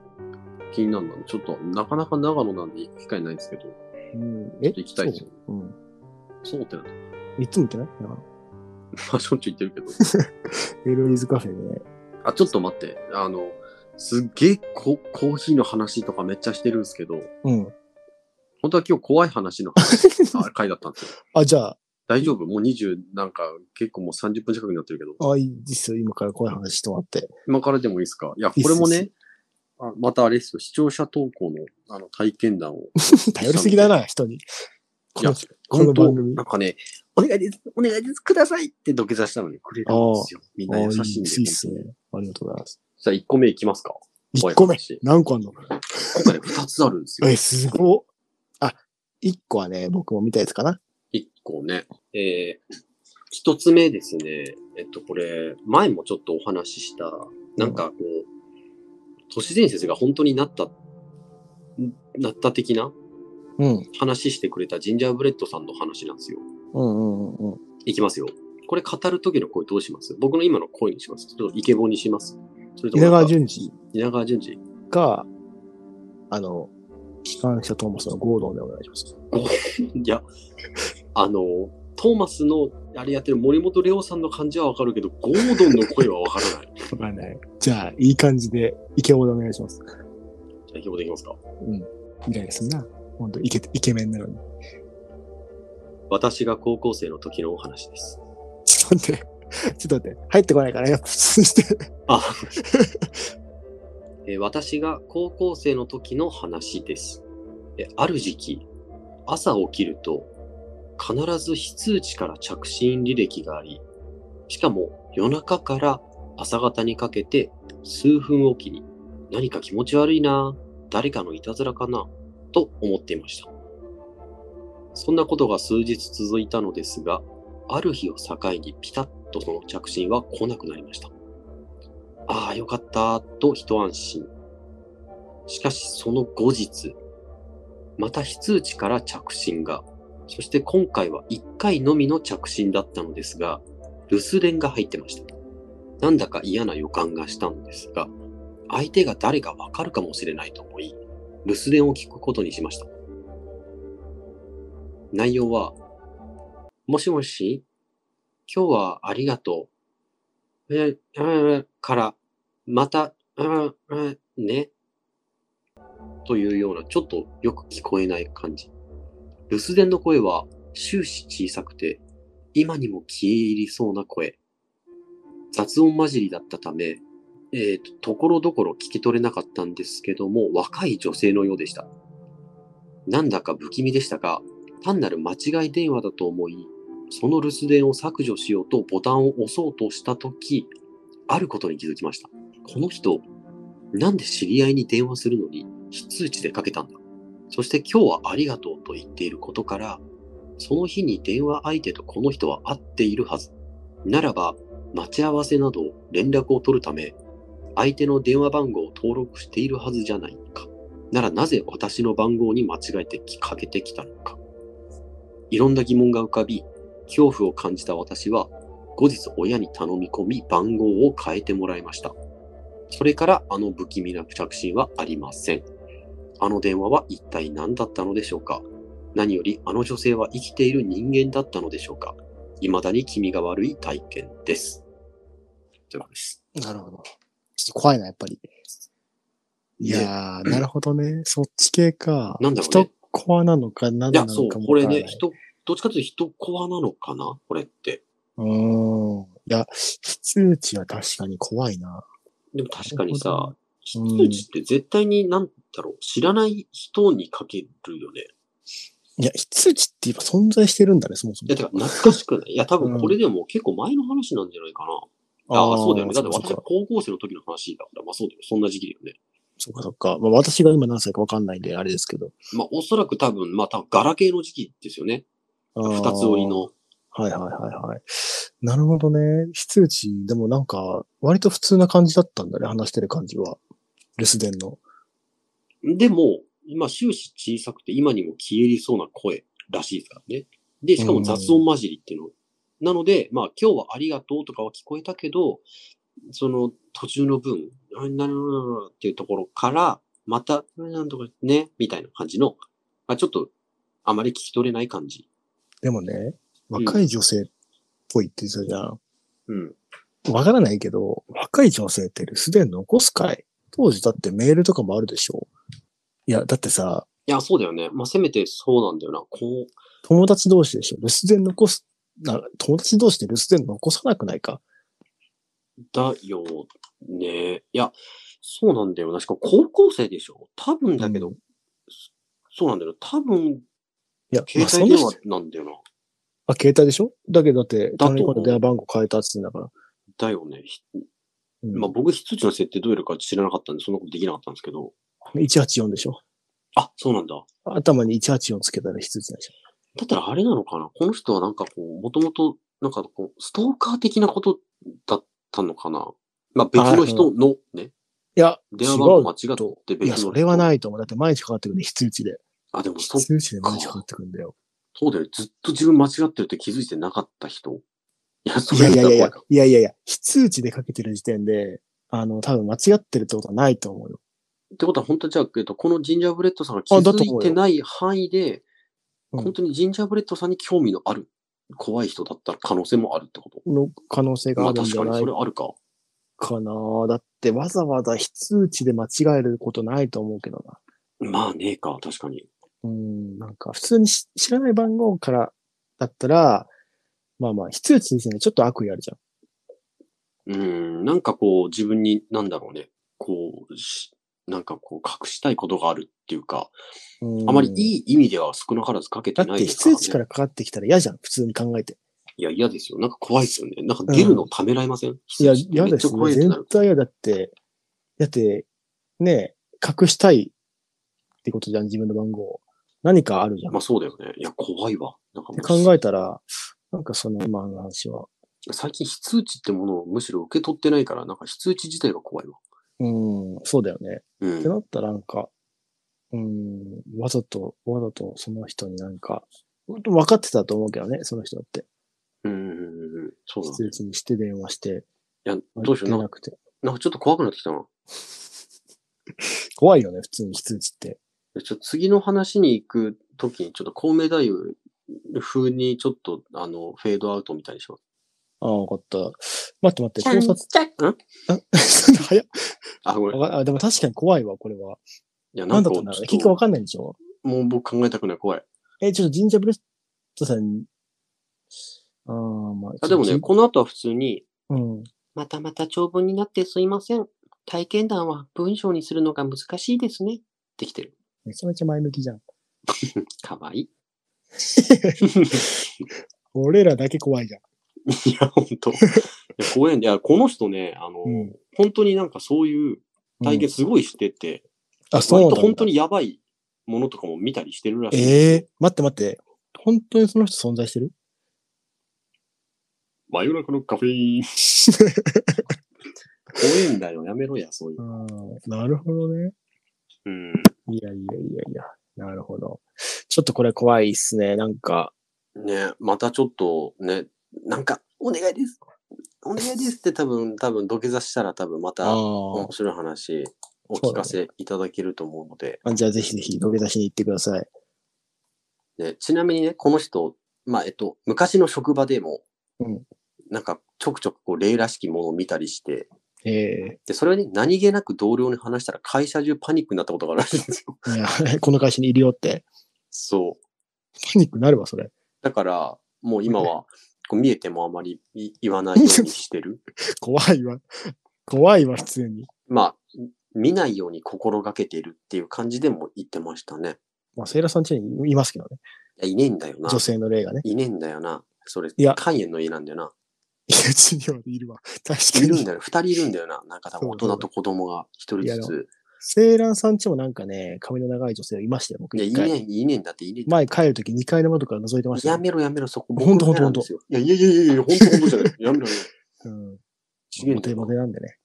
気になるな。ちょっと、なかなか長野なんで行く機会ないんですけど、ちょうん、えっと行きたいですよ。そううん。そうってなんだ。いつも行ってないだからまあ、しょっちゅう行ってるけど。エロイーズカフェね。あ、ちょっと待って。あの、すっげえココーヒーの話とかめっちゃしてるんですけど、うん。本当は今日怖い話の 話 あ回だったんですよ。あ、じゃ大丈夫もう20、なんか結構もう30分近くになってるけど。あ、あ、いいですよ。今から怖い話してもら って。今からでもいいですかいや、いいっこすれもいいっね、あまたあれですよ、視聴者投稿のあの体験談を。頼りすぎだな、人に。いやこのこの番組本当なんかね、お願いです、お願いです、くださいって土下座したのにくれるんですよ。みんな優しいんで。いいっすね。ありがとうございます。さあ、1個目いきますか。 1個目怖い。話何個あんの今回ね、2つあるんですよ。え、すごっ。あ、1個はね、僕も見たやつかな。 1個ね。えー、1つ目ですね。えっと、これ、前もちょっとお話しした、なんかこう、都市伝説が本当になった、んなった的なうん。話してくれたジンジャーブレッドさんの話なんですよ。うんうんうんうん。いきますよ。これ語る時の声どうします僕の今の声にしますちょっとイケボにしますそれとも稲なんか川淳二稲川淳二。か、あの、機関車トーマスのゴードンでお願いします。いや、あの、トーマスのあれやってる森本レオさんの感じはわかるけど、ゴードンの声はわからない。じわかんない。じゃあ、いい感じで、イケボでお願いします。ゃあ、イケボでいきますか。イライラするな。本当イケ、イケメンなのに。私が高校生の時のお話です。ちょっと待って。ちょっと待って。入ってこないから、やっぱ、そして。あ、 えー私が高校生の時の話です。えーある時期、朝起きると、必ず非通知から着信履歴があり、しかも夜中から朝方にかけて数分おきに、何か気持ち悪いな、誰かのいたずらかな、と思っていました。そんなことが数日続いたのですが、ある日を境にピタッとその着信は来なくなりました。ああ、よかった、と一安心。しかし、その後日、また非通知から着信が、そして今回は1回のみの着信だったのですが、留守電が入ってました。なんだか嫌な予感がしたのですが、相手が誰かわかるかもしれないと思い、留守電を聞くことにしました。内容は、もしもし今日はありがとう。え、うん、から、また、うん、うん、ね。というような、ちょっとよく聞こえない感じ。留守電の声は終始小さくて、今にも消え入りそうな声。雑音混じりだったため、えーと、ところどころ聞き取れなかったんですけども、若い女性のようでした。なんだか不気味でしたが、単なる間違い電話だと思い、その留守電を削除しようとボタンを押そうとしたとき、あることに気づきました。この人、なんで知り合いに電話するのに非通知でかけたんだそして今日はありがとうと言っていることから、その日に電話相手とこの人は会っているはず。ならば、待ち合わせなど連絡を取るため、相手の電話番号を登録しているはずじゃないか。ならなぜ私の番号に間違えてかけてきたのか。いろんな疑問が浮かび、恐怖を感じた私は、後日親に頼み込み番号を変えてもらいました。それからあの不気味な着信はありません。あの電話は一体何だったのでしょうか何よりあの女性は生きている人間だったのでしょうか未だに気味が悪い体験です。ということです。なるほど。ちょっと怖いな、やっぱり。いやー、なるほどね。そっち系か。なんだろうね人コアなのか、何いなや、のそう、かもこわれからない。ね、人、どっちかというと人コアなのかなこれって。うーん。いや、非通知は確かに怖いな。でも確かにさ、非ほど通知って絶対になんだろう、知らない人にかけるよね。いや、非通知って今存在してるんだね、そもそいも。や、てか、懐かしくない。いや、多うん分これでも結構前の話なんじゃないかな。あーあ、そうだよね。だってそっ私かそはっか高校生の時の話だから、まあそうだよ。そんな時期だよね。そっかそっか。まあ、私が今何歳かわかんないんで、あれですけど。まあおそらく多分、まあ多分、ガラケーの時期ですよね。二二つ折り。の。はいはいはいはい。なるほどね。非通知、でもなんか、割と普通な感じだったんだね、話してる感じは。留守電の。でも、今終始小さくて今にも消えりそうな声。らしいですからね。で、しかも雑音混じりっていうの。なので、まあ今日はありがとうとかは聞こえたけど、その途中の分、あなるほどっていうところから、また、なんとかね、みたいな感じの、まあ、ちょっとあまり聞き取れない感じ。でもね、若い女性っぽいって言ってたじゃん。うん。わからないけど、若い女性って留守電残すかい当時だってメールとかもあるでしょいや、だってさ、いや、そうだよね。まあせめてそうなんだよな。こう、友達同士でしょ留守電残す、な友達同士で留守電残さなくないかだよね。いや、そうなんだよな。しかも高校生でしょ多分だけど、うんそそうなんだよな。多分、いや、ま携あ、そ帯の電人話なんだよな。あ、携帯でしょだけどだっだて、と単にこの電話番号変えたって言うんだから。だよね。ひうんまあ、僕、非通知の設定どうやるか知らなかったんで、そんなことできなかったんですけど。 184でしょあ、そうなんだ。だ頭に184つけたら必須でしょったらあれなのかなこの人はなんかこう、もともと、なんかこう、ストーカー的なことだったのかなまあ、別の人のね、いや、電話番号間違違うっとて別の人。いや、それはないと思う。だって毎日かかってくるね、非通知で。あ、でもそ非、通知で毎日かかってくるんだよ。そうだよ。ずっと自分間違ってるって気づいてなかった人。いや、そいれやいだやったらいやいや怖いか。、いやいやいや、非通知でかけてる時点で、あの、多分間違ってるってことはないと思うよ。ってことは、本当はじゃあ、えっと、このジンジャーブレッドさんが気あだと思づいうてよない範囲で、うん本当にジンジャーブレッドさんに興味のある、怖い人だった可能性もあるってことの可能性がまああるん確じかゃになそいれあるか。かな。だってわざわざ非通知で間違えることないと思うけどな。まあねえか、確かに。うん、なんか普通にし知らない番号からだったら、まあまあ、非通知ですね。ちょっと悪意あるじゃん。うん、なんかこう自分に、なんだろうね、こうし、なんかこう隠したいことがあるっていうか、うんあまりいい意味では少なからずかけてだっないてで非すから、通ね。知からかかってきたら嫌じゃん、普通に考えて。いや、嫌ですよ。なんか怖いですよね。なんか出るのためらいません、いや、非通知って嫌めっでちゃす怖いね。ってな全る。体嫌だって、だって、ねえ、隠したいってことじゃん、自分の番号。何かあるじゃん。っまあそうだよね。いや、怖いわ。なんかもてう考えたら、なんかその今の話は、最近非通知ってものをむしろ受け取ってないから、なんか非通知自体が怖いわ。うん、そうだよね。うってん。なったらなんか、うん、わざと、わざとその人になんか、分かってたと思うけどね、その人だって。うんうんうんうん。そうだ非ね。通知にして電話して、いや、どうしよう。出なんなか、くて。なんかちょっと怖くなってきたな。怖いよね、普通に非通知って。ちょっと次の話に行くときに、ちょっと孔明太夫風にちょっと、あの、フェードアウトみたいにします。ああ、分かった。待って待って、盗撮。んあそんな 早っあ、ごめん。いわかあでも確かに怖いわ、これは。や、ななんんかちだったょんだろうね。っ結果わと、かんないんでしょもう僕考えたくない、怖い。え、ちょっとジンジャーブレッドさんに。ああ、まあ。あでもね、この後は普通に、うん。またまた長文になってすいません。体験談は文章にするのが難しいですね。ってきてる。めちゃめちゃ前向きじゃん。かわいい。俺らだけ怖いじゃん。いや、ほんと。いや、怖いんで、いやこの人ね、あの、うん本当になんかそういう体験うんすごいしてて、あ、そうなん割だ。と本当にやばいものとかも見たりしてるらしい。ええ待って待って。本当にその人存在してる真夜中のカフェ イン。怖えんだよ、やめろや、そういうう。ん。なるほどね。うん。いやいやいやいや。なるほど。ちょっとこれ怖いっすね。なんか。ね、またちょっと、ね、なんか、お願いです。お願いですって多分、多分土下座したら多分まあた面白い話お聞かせいただけると思うので、あ。じゃあぜひぜひ、土下座しに行ってください。ね、ちなみにね、この人、まあ、えっと、昔の職場でも、うんなんかちょくちょくこう霊らしきものを見たりして、ええで、それをね、何気なく同僚に話したら会社中パニックになったことがあるらしいんです よ。いやこの会社にいるよって。そう。パニックなるわ、それ。だから、もう今は、こう見えてもあまりい言わないようにして る。怖いわ。怖いわ、普通に。まあ、見ないように心がけてるっていう感じでも言ってましたね。まあ、セイラさんちにいますけどね。いやいねえんだよな女。性の霊がね。 いねえんだよな。それ、いや肝炎の家なんだよな。いや、ちにはいるわ。確かいるんに。だよ。二人いるんだよな。なんか多分そ大うそ人うと子供が一人ずつ。セイラさんちもなんかね、髪の長い女性がいましたよ、僕いや、い一ね回。え、いねえんだって、いねえんだって前帰るとき2階の窓から覗いてましたやよ。めろやめろ、そこ。ほんと僕の部屋なんですよいやいやいやいやいや、ほんとほんとじゃ ない。やめろやめろ。うん。ちげえんモだテよモテなんでね。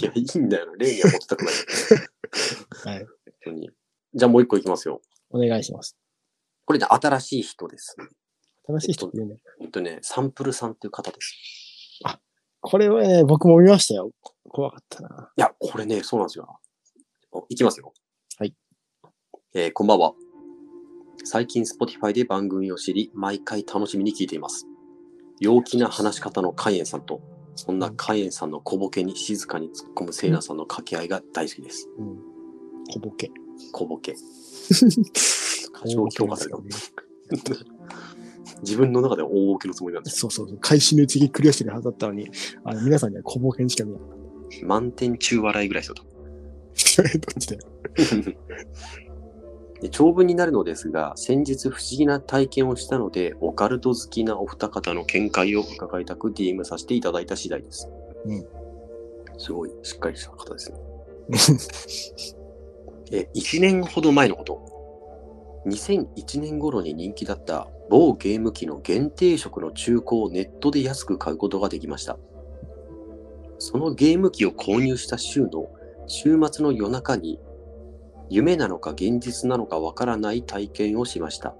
いや、いいんだよな。例には持ってたくない。はい。本当に。じゃあもう一個いきますよ。お願いします。これね、新しい人です。新しい人って言うね。えっとね、サンプルさんっていう方です。これはね、僕も見ましたよ。怖かったな。いや、これね、そうなんですよ。おいきますよ。はい。えーこんばんは。最近 Spotify で番組を知り、毎回楽しみに聞いています。陽気な話し方のカイエンさんと、そんなカイエンさんの小ボケに静かに突っ込むセイナさんの掛け合いが大好きです。うん。小ボ ケ。小ボケ。過過剰評価された。自分の中では大ボケのつもりなんです。そうそうそう。開始のうちにクリアしてるはずだったのに、あの皆さんには小ボケにしか見ない。 満点中笑いぐらいですよ。どっちだよ。で長文になるのですが、先日不思議な体験をしたので、オカルト好きなお二方の見解を伺いたく DM させていただいた次第です。うんすごい、しっかりした方ですね。え、1年ほど前のこと。2001年頃に人気だった某ゲーム機の限定色の中古をネットで安く買うことができました。そのゲーム機を購入した週の週末の夜中に夢なのか現実なのかわからない体験をしました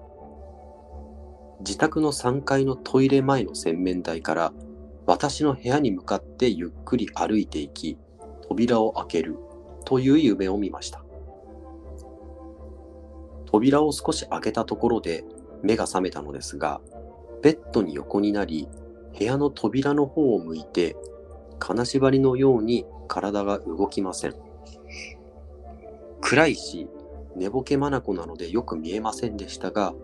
自宅の3階のトイレ前の洗面台から私の部屋に向かってゆっくり歩いていき扉を開けるという夢を見ました扉を少し開けたところで目が覚めたのですがベッドに横になり部屋の扉の方を向いて金縛りのように体が動きません暗いし寝ぼけ眼なのでよく見えませんでしたが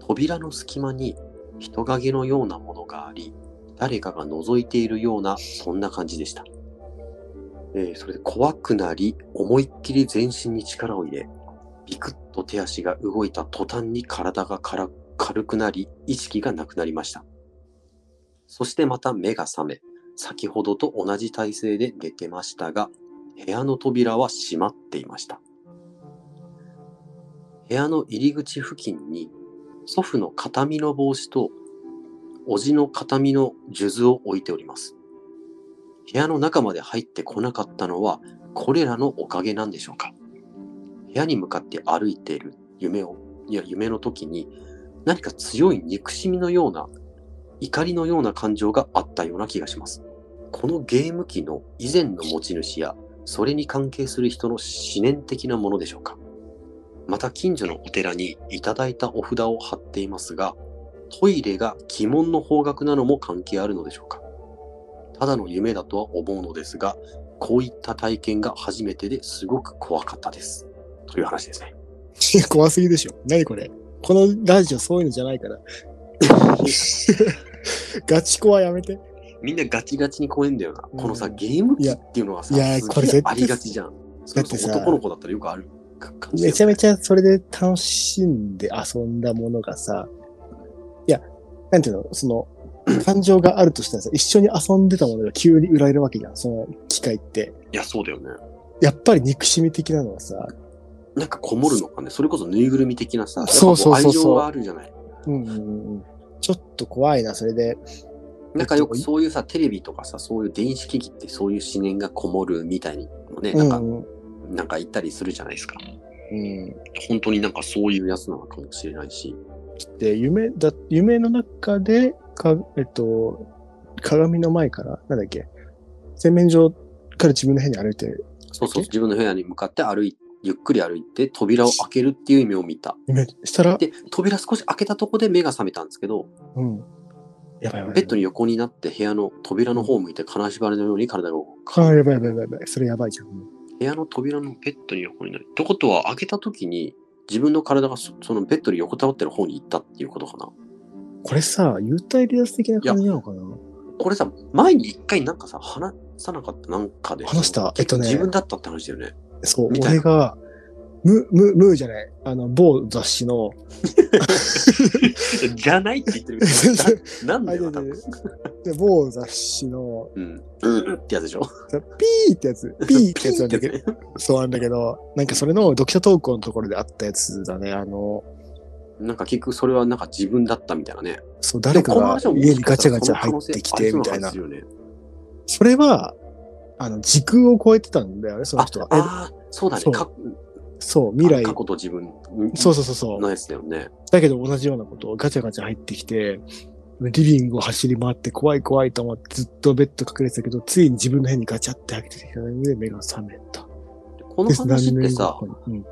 扉の隙間に人影のようなものがあり誰かが覗いているようなそんな感じでした、えーそれで怖くなり思いっきり全身に力を入れビクッと手足が動いた途端に体がから軽くなり意識がなくなりましたそしてまた目が覚め先ほどと同じ体勢で寝てましたが部屋の扉は閉まっていました部屋の入り口付近に祖父の形見の帽子と叔父の形見の数珠を置いております部屋の中まで入ってこなかったのはこれらのおかげなんでしょうか部屋に向かって歩いている夢をいや夢の時に何か強い憎しみのような怒りのような感情があったような気がしますこのゲーム機の以前の持ち主やそれに関係する人の思念的なものでしょうかまた近所のお寺にいただいたお札を貼っていますがトイレが鬼門の方角なのも関係あるのでしょうかただの夢だとは思うのですがこういった体験が初めてですごく怖かったですという話ですねいや怖すぎでしょ。何これ。このラジオそういうのじゃないから。 ガチ怖やめて。みんなガチガチに怖えんだよな、このさうんゲーム機っていうのはさいやいやすこれげえ絶対ありがちじゃんそれこそだってさ男の子だったらよくあるか感じだよめちゃめちゃそれで楽しんで遊んだものがさ、いや、なんていうの、その、感情があるとしたらさ、一緒に遊んでたものが急に売られるわけじゃん、その機械って。いやそうだよねやっぱり憎しみ的なのはさ、なんかこもるのかね。それこそぬいぐるみ的なさ、そうそうそやっぱこ愛うそう情があるじゃない。うんうんうん、ちょっと怖いな、それで。なんかよくそういうさ、テレビとかさ、そういう電子機器ってそういう思念がこもるみたいにもね、なんか、うんなんか言ったりするじゃないですか。うん、本当になんかそういうやつなのかもしれないし。で夢だ夢の中でか、えっと、鏡の前から、なんだっけ、洗面所から自分の部屋に歩いてるそうそう、自分の部屋に向かって歩いゆっくり歩いて扉を開けるっていう夢を見た。夢したら、で、扉少し開けたとこで目が覚めたんですけど、うん。やばいやばいやばい。ベッドに横になって部屋の扉の方を向いて金縛りのように体が動く。ああ、やばいやばいやばいやばい。それやばいじゃん。部屋の扉のベッドに横になる。ってことは、開けた時に自分の体がそそのベッドに横たわってる方に行ったっていうことかな。これさ、幽体離脱的な感じなのかなこれさ、前に一回なんかさ、話さなかったなんかで。話したえっとね自分だったって話だよね。そう、みたい俺なが、む、む、むじゃない。あの、某雑誌の、じゃないって言ってるけど、 ななんだあれよな、で多ね分。で某雑誌の、うん。うんってやつでしょ。ピーってやつ、ピーってやつなんだけピーっど、てやつねそうなんだけど、なんかそれの読者投稿のところであったやつだね。あの、なんか結局それはなんか自分だったみたいなね。そう、誰かでもこのが話はもし家にかガしたチャらガチャ入ってきて、みたいなそ。の可能性ありそうな話ですよねそれは、あの、時空を超えてたんだよね、その人は。あ、あーそうだねそうか。そう、未来過。去と自分そうそうそうそうの。やつだよね。だけど同じようなことをガチャガチャ入ってきて、リビングを走り回って怖い怖いと思ってずっとベッド隠れてたけど、ついに自分の部屋にガチャって開けてきたので目が覚めた。この話ってさ、で何年後かにうん、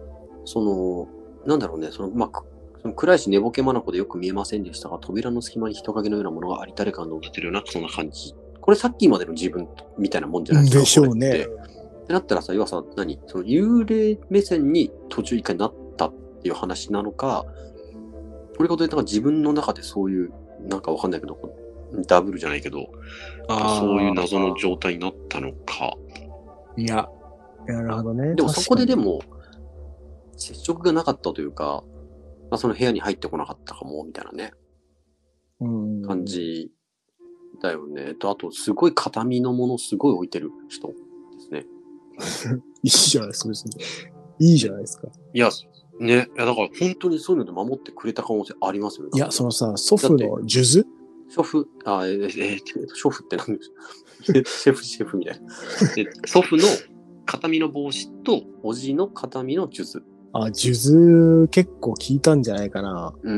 その、なんだろうね、その、まあく、その暗いし寝ぼけ眼でよく見えませんでしたが、扉の隙間に人影のようなものがあり、誰かが乗ってるような、そんな感じ。これさっきまでの自分みたいなもんじゃないでしょうこれねって。ってなったらさ、要はさ、何その幽霊目線に途中一回なったっていう話なのか、これがどうやったら自分の中でそういう、なんかわかんないけど、こうダブルじゃないけど、そういう謎の状態になったのか。いや、なるほどね。でもそこででも。も、接触がなかったというか、まあ、その部屋に入ってこなかったかも、みたいなね、うん感。じだよね。と、あと、すごい形見のもの、すごい置いてる人ですね。いいじゃないですか、別に。いいじゃないですか。いや、ね、いやだから本当にそういうので守ってくれた可能性ありますよね。いや、そのさ、祖父の数祖父、あ、えー、えー、祖父って何ですか シェフ、シェフみたいな。え祖父の形見の帽子と、おじの形見の術。珠あ、数結構聞いたんじゃないかな。うー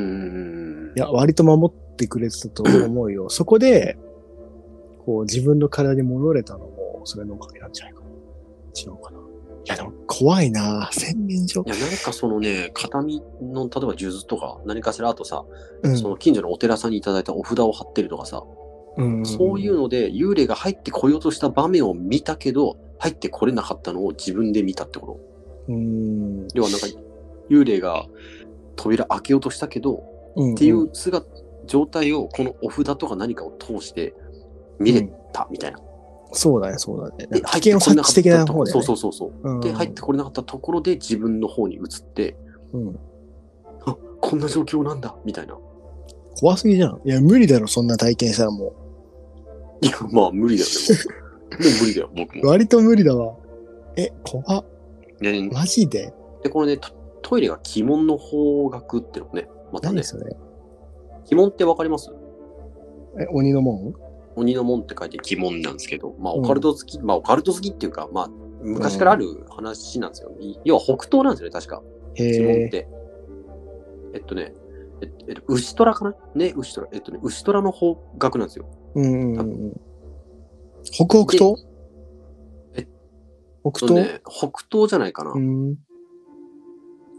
ん。いや、割と守ってくれてたと 思うよ。そこで、こう、自分の体に戻れたのも、それのおかげなんじゃないかな。違うかな。いや、でも、怖いな洗面所い。や、なんかそのね、形見の、例えば数珠とか、何かしら、あとさ、うんその近所のお寺さんにいただいたお札を貼ってるとかさ、うんそういうので、幽霊が入ってこようとした場面を見たけど、入ってこれなかったのを自分で見たってこと。うん。要はなんか、幽霊が扉開けようとしたけど、うん。っっていう姿、状態を、このお札とか何かを通して見れたみたいな。そうだね、そうだね。で、危険を察知的な方で、ね。そうそうそうそう。うん。で、入ってこれなかったところで自分の方に移って、うん。あこんな状況なんだ、みたいな。怖すぎじゃん。いや、無理だろ、そんな体験したらもいや、まあ無理だよね。もうもう無理だよ、僕う。も。割と無理だわ。え、怖っで、マジででこれね、トトイレが鬼門の方角っていうのね、またね何、それ鬼門ってわかりますえ、鬼の門鬼の門って書いて鬼門なんですけど、まあオカルト好き、まあオカルト好きっていうか、まあ昔からある話なんですよね。要は北東なんですよね、確か。へ鬼門っえ。て。えっとね、えっとえっと、牛虎かなね、牛虎。えっとね、牛虎の方角なんですよ。うんうんうん。北北東でえ北そう東、ね、北東じゃないかな。うん。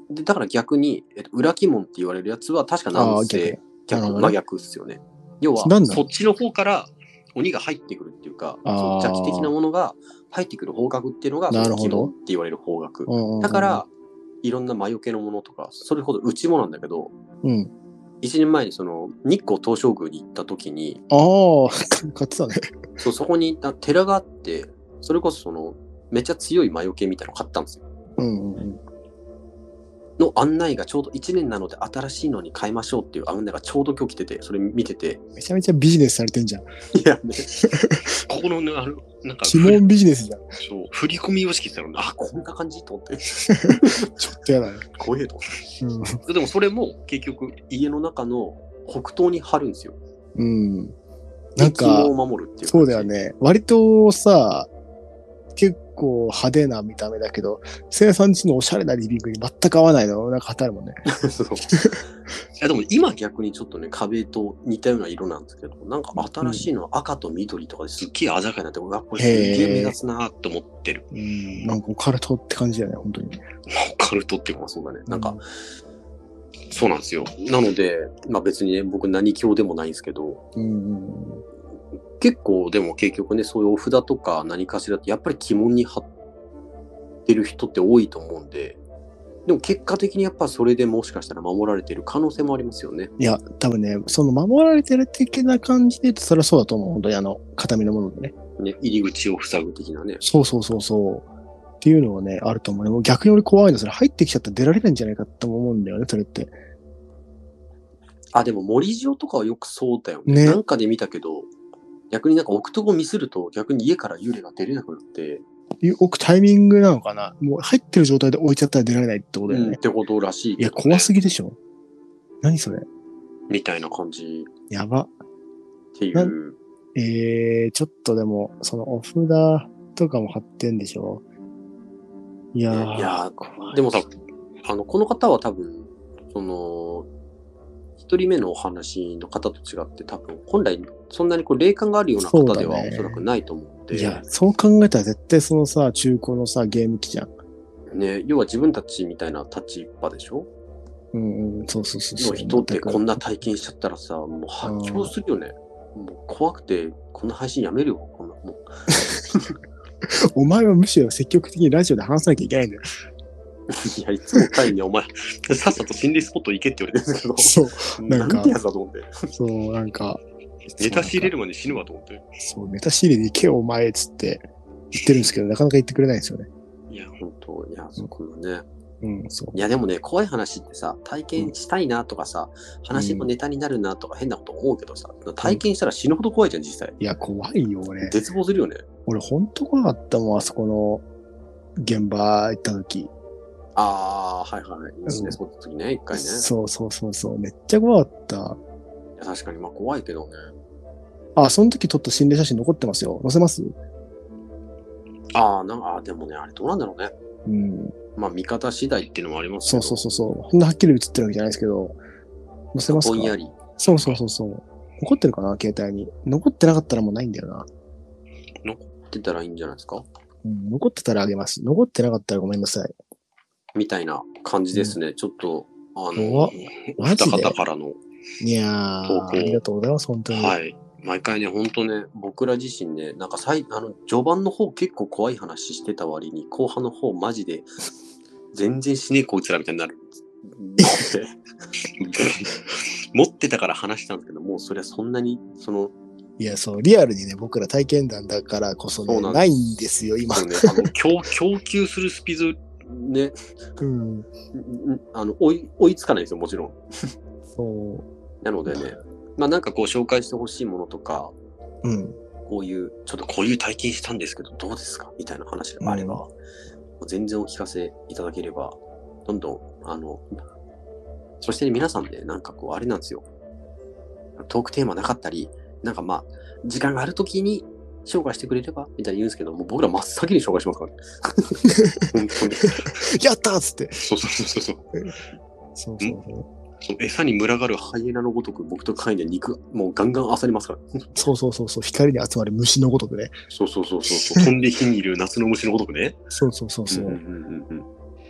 で、だから逆に、えっと、裏鬼門って言われるやつは確かあ南あ、逆西に。逆なるほどね真逆っすよね。要はなん、だそっちの方から鬼が入ってくるっていうか、そあーの邪気的なものが入ってくる方角っていうのが、なるほどその鬼門って言われる方角。うんうんうんだから、、いろんな魔除けのものとか、それほどうちもなんだけど、うん。 1年前にその日光東照宮に行った時に、ああ、 買ってたね。そうそこにな寺があって、それこそその、めっちゃ強い魔除けみたいなの買ったんですよ。うんうんうん。の案内がちょうど1年なので新しいのに変えましょうっていう案内がちょうど今日来てて、それ見てて、めちゃめちゃビジネスされてんじゃん。いや、ね、 ここのね、あの、なんか、鬼門ビジネスじゃん。 そう、振り込み様式って言ったら、あ、こんな感じと思って、ちょっとやだね。怖えと思うんって。でもそれも結局、家の中の北東に貼るんですよ。うん。なんかで、肝を守るっていう。そうだよ。ね。割とさ、結構派手な見た目だけど、せいやさんちのおしゃれなリビングに全く合わないの、なんか当たるもんね。 そう。いや、でも今逆にちょっとね、壁と似たような色なんですけど、なんか新しいのは赤と緑とかですっげえ鮮やかになって、うわ、これすっげえ目立つなーって思ってる。うん。なんかオカルトって感じだよね、本当に。オカルトっていうか、そうだね。なんか、、そうなんですよ。なので、まあ別にね、僕何教でもないんですけど、うんうん。結構でも結局ねそういうお札とか何かしらってやっぱり鬼門に貼ってる人って多いと思うんででも結果的にやっぱそれでもしかしたら守られてる可能性もありますよね。いや、多分ね、その守られてる的な感じで言うと、それはそうだと思う。本当にあの、形見のものでね。ね入り口を塞ぐ的なね。そうそうそうそう。っていうのはね、あると思うね。もう逆に俺怖いの、それ入ってきちゃったら出られないんじゃないかって思うんだよね、それって。あでも森塩とかはよくそうだよね。ねなんかで見たけど逆になんか置くとこミスると逆に家から幽霊が出れなくなって、置くタイミングなのかなもう入ってる状態で置いちゃったら出られないってことだよね。うんってことらしい、いや、怖すぎでしょ。何それみたいな感じやば。っていなう。えー、ちょっとでも、そのお札とかも貼ってんでしょいやいやー怖でもさ、あの、この方は多分、その、一人目のお話の方と違って多分、本来そんなにこう霊感があるような方ではそうだねおそらくないと思って、いや、そう考えたら絶対そのさ、中古のさ、ゲーム機じゃん。ね、要は自分たちみたいな立場でしょうんうん、そうそうそうそのう。人ってこんな全く体験しちゃったらさ、もう発狂するよね。もう怖くて、こんな配信やめるよ。こんなもお前はむしろ積極的にラジオで話さなきゃいけないん だよ。う いや、いつもタイにお前、 さっさと心理スポット行けって言われてるんですそう、けど、ななんんかてやつだと思って。そう、なんか。ネタ仕入れるまで死ぬわと思って。そう、ネタ仕入れに行けよ、お前っつって言ってるんですけど、なかなか言ってくれないんですよね。いや、本当いや、そこのね。うん、そう。いや、でもね、怖い話ってさ、体験したいなとかさ、話のネタになるなとか変なこと思うけどさ、体験したら死ぬほど怖いじゃん、実際。いや、怖いよ、俺。絶望するよね。俺、ほんと怖かったもん、あそこの現場行った時。あー、はいはい。いいですね、その時ね、一回ね。そうそうそうそう、めっちゃ怖かった。いや確かに、まあ怖いけどね。あ、その時撮った心霊写真残ってますよ。載せますああ、なんか、あーでもね、あれどうなんだろうね。うん。まあ、見方次第っていうのもありますけそど。うそうそうそう。そんなはっきり写ってるわけじゃないですけど、載せますかぼんやり。そうそうそうそう。残ってるかな携帯に。残ってなかったらもうないんだよな。残ってたらいいんじゃないですかうん、残ってたらあげます。残ってなかったらごめんなさい。みたいな感じですね。ちょっと、あ怖っの、おマジ二で方からの、いや投ー、稿ありがとうございます、本当に。はい。毎回ね、本当ね、僕ら自身ね、なんかさい、あの、序盤の方結構怖い話してた割に、後半の方マジで、全然しねえこいつらみたいに なる。持ってたから話したんですけど、もうそれはそんなに、その、いや、そう、リアルにね、僕ら体験談だからこそね、そうななんですいんですよ、今あ。のね、 あの供供給するスピード、ね、うん。んんあの追い追いつかないですよ、もちろん。そう。なのでね、まあ、なんかこう紹介してほしいものとか、うん。こういう、ちょっとこういう体験したんですけど、どうですかみたいな話があれば、もう全然お聞かせいただければ、どんどん、あの、そしてね、皆さんね、なんかこう、あれなんですよ。トークテーマなかったり、なんかまあ、時間があるときに紹介してくれれば、みたいに言うんですけど、もう僕ら真っ先に紹介しますからね。本当に。やったーっつって。そうそうそうそう。そうそうそその餌に群がるハイエナのごとく僕とカイネ肉もうガンガン漁りますからう。そうそうそうそう。光に集まる虫のごとくね。そうそうそうそうそう飛んで火にいる夏の虫のごとくねそうそうそうそう。うんうんうん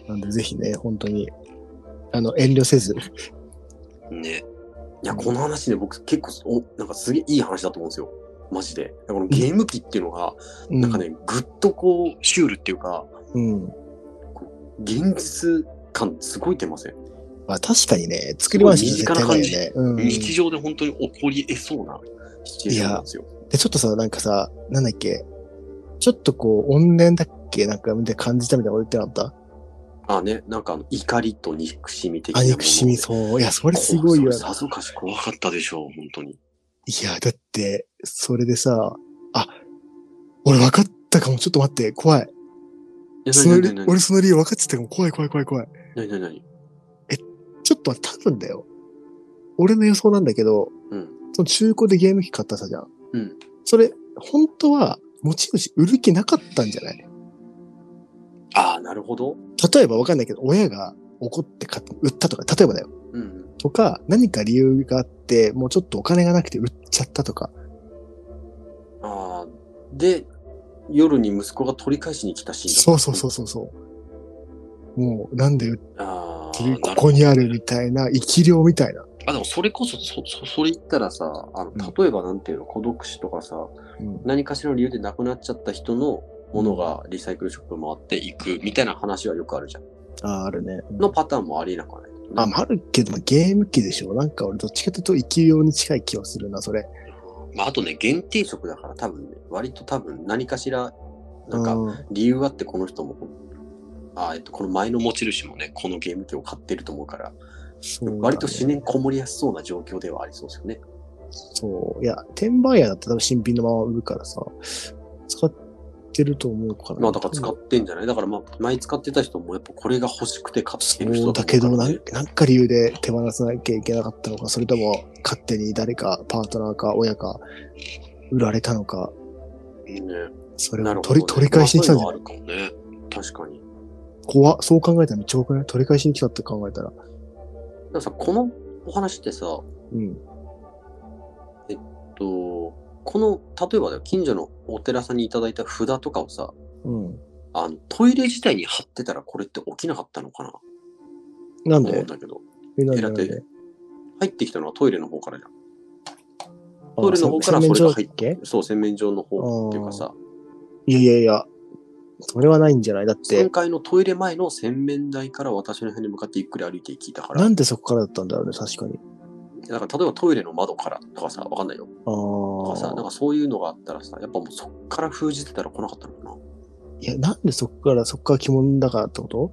なんで、ぜひね、本当に、あの、遠慮せず。うんねいやこの話ね僕結構おなんかすげえいい話だと思うんですよマジでこのゲーム機っていうのが、うなんか。ねぐっとこうシュールっていうかうん。現実感すごい出ません、まあ、確かにね、作り話すごい身近な感じね。うん。日常で本当に起こりえそうなシチュエーションなんですよで、ちょっとさ、なんかさ、なんだっけ、ちょっとこう、怨念だっけなんか、みたいな感じたみたいなこと言ってなかったあねなんかあの怒りと憎しみ的なあ、もの憎しみ、そう。いや、それすごいこよう。それさぞかし怖かったでしょう本当にいや、だって、それでさ、あ、俺分かったかも。ちょっと待って、怖い。えその何理何何俺その理由分かってたかも。怖い、怖い、怖い、怖い。何何何ちょっと待って、多分だよ。俺の予想なんだけど、うんその中古でゲーム機買ったさじゃん。うんそれ、本当は、持ち主売る気なかったんじゃないああなるほど例えば分かんないけど、親が怒って買っ売ったとか、例えばだよ。うんとか、何か理由があって、もうちょっとお金がなくて売っちゃったとか。ああで夜に息子が取り返しに来たシーンそうそうそううそうそう。もう、なんで売っああてるここにあるみたいな、生き量みたいな。あでもそれこそそそそれ言ったらさあのうん例えばなんていうの孤独死とかさうん何かしらの理由で亡くなっちゃった人のものがリサイクルショップ回っていくみたいな話はよくあるじゃんああ、るね。のパターンもありえなくはないあ、まあ、あるけど、ゲーム機でしょ。なんか俺、どっちかというと、生き量に近い気はするな、それ。まあ、あとね限定職だから多分ね割と多分何かしらなんかうん理由があってこの人もあ、えっと、この前の持ち主もねこのゲーム機を買ってると思うからそうだね割と思念こもりやすそうな状況ではありそうですよね。そう。いや、転売屋だったら多分新品のまま売るからさ、使ってると思うから。まあだから使ってんじゃないだからまあ前使ってた人もやっぱこれが欲しくて買ってるそ人うだけど、と思うからなねんなんか理由で手放さなきゃいけなかったのか、それとも勝手に誰か、パートナーか、親か、売られたのか、ねそれを取り,、取り返しに来たんじゃないまあそういうのはあるかもね。確かに。怖っそう考えたら超怖い。取り返しに来たって考えたら。でもさ、このお話ってさ、うん。と、この、例えばだよ、近所のお寺さんにいただいた札とかをさ、うん。あの、トイレ自体に貼ってたらこれって起きなかったのかなとなん思うでんだけど、え、なんでえだなっんてで入ってきたのはトイレの方からじゃん。トイレの方からあ洗面それ所が入っだけそう、洗面所の方っていうかさ、いやいやいや。それはないんじゃないだって3、階のトイレ前の洗面台から私の辺に向かってゆっくり歩いて聞いたから、なんでそこからだったんだろうね、確かに。だから例えばトイレの窓からとかさ、わかんないよ。あとかさ、なんあ。かそういうのがあったらさ、やっぱもうそっから封じてたら来なかったのかな。いや、なんでそこから、そこから鬼門だからってこと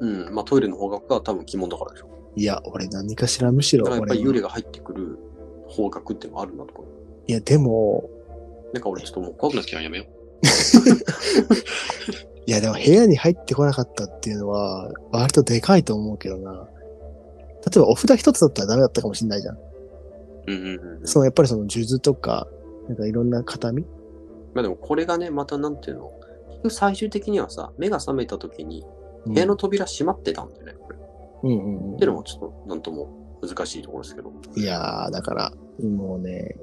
うん、まあトイレの方角が多分鬼門だからでしょ。いや、俺何かしらむしだろからやっぱ俺り幽の。霊が入ってくる方角っていうのがあるんだと思う。いや、でも、なんか俺ちょっともう怖くなっちゃうやめよいや、でも部屋に入ってこなかったっていうのは、割とでかいと思うけどな。例えばお札一つだったらダメだったかもしれないじゃん。う。うんうんうん。そのやっぱりその数珠とか、なんかいろんな形見まあでもこれがね、またなんていうの、結局最終的にはさ、目が覚めた時にうん部屋の扉閉まってたんだよね。これっうんうんうんていうのもちょっとなんとも難しいところですけど。いやー、だから、もうね、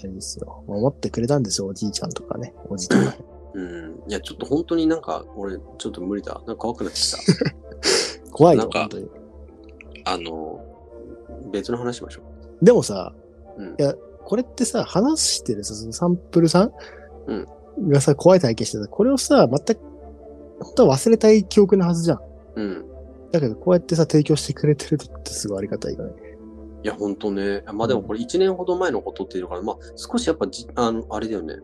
あれですよ。守ってくれたんですよ、おじいちゃんとかね。おじと か。うん。いや、ちょっと本当になんか俺ちょっと無理だ。なんか怖くなって きた。怖いよ、なんか本当に。あの、別の話しましょでもさ、う。うんい。や、これってさ、話してるさ、そのサンプルさん、うんがさ、怖い体験してた。これをさ、全く、本当は忘れたい記憶のはずじゃん。うん。だけど、こうやってさ、提供してくれてるってすごいありがたいよね。いや、本当ね。まあでもこれ1年ほど前のことっていうのから、まあ少しやっぱじ、あの、あれだよね。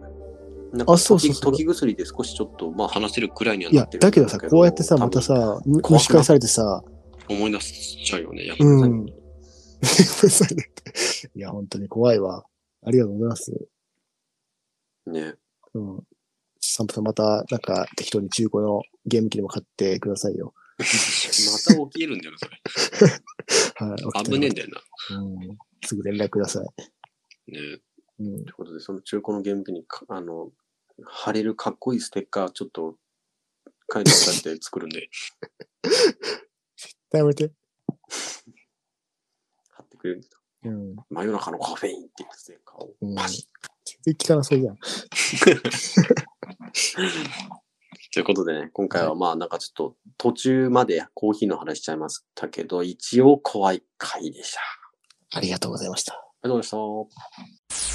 なんかあそうそう時そう時薬で少しちょっと、まあ話せるくらいにはいなやって、るだけどさ、こうやってさ、また、多さ、む怖くな蒸し返されてさ、 分思い出しちゃうよね。やっぱりうん。 ごめんなさいねいや、本当に怖いわ。ありがとうございます。ね。うん。サンプさんまた、なんか、適当に中古のゲーム機でも買ってくださいよ。また起きるんだよな、それ。はい。危ねえんで。だよな。うん。すぐ連絡ください。ね。うんとい。うことで、その中古のゲーム機にか、あの、貼れるかっこいいステッカー、ちょっと、書いてもらって作るんで、やめて。貼ってくれるんですうん。真夜中のカフェインっていうステッカーを。うんパシ全然聞かなそうじゃん。ということでね、今回はまあなんかちょっと途中までコーヒーの話しちゃいましたけど、一応怖い回でした。あありがとうございました。りがとうございました。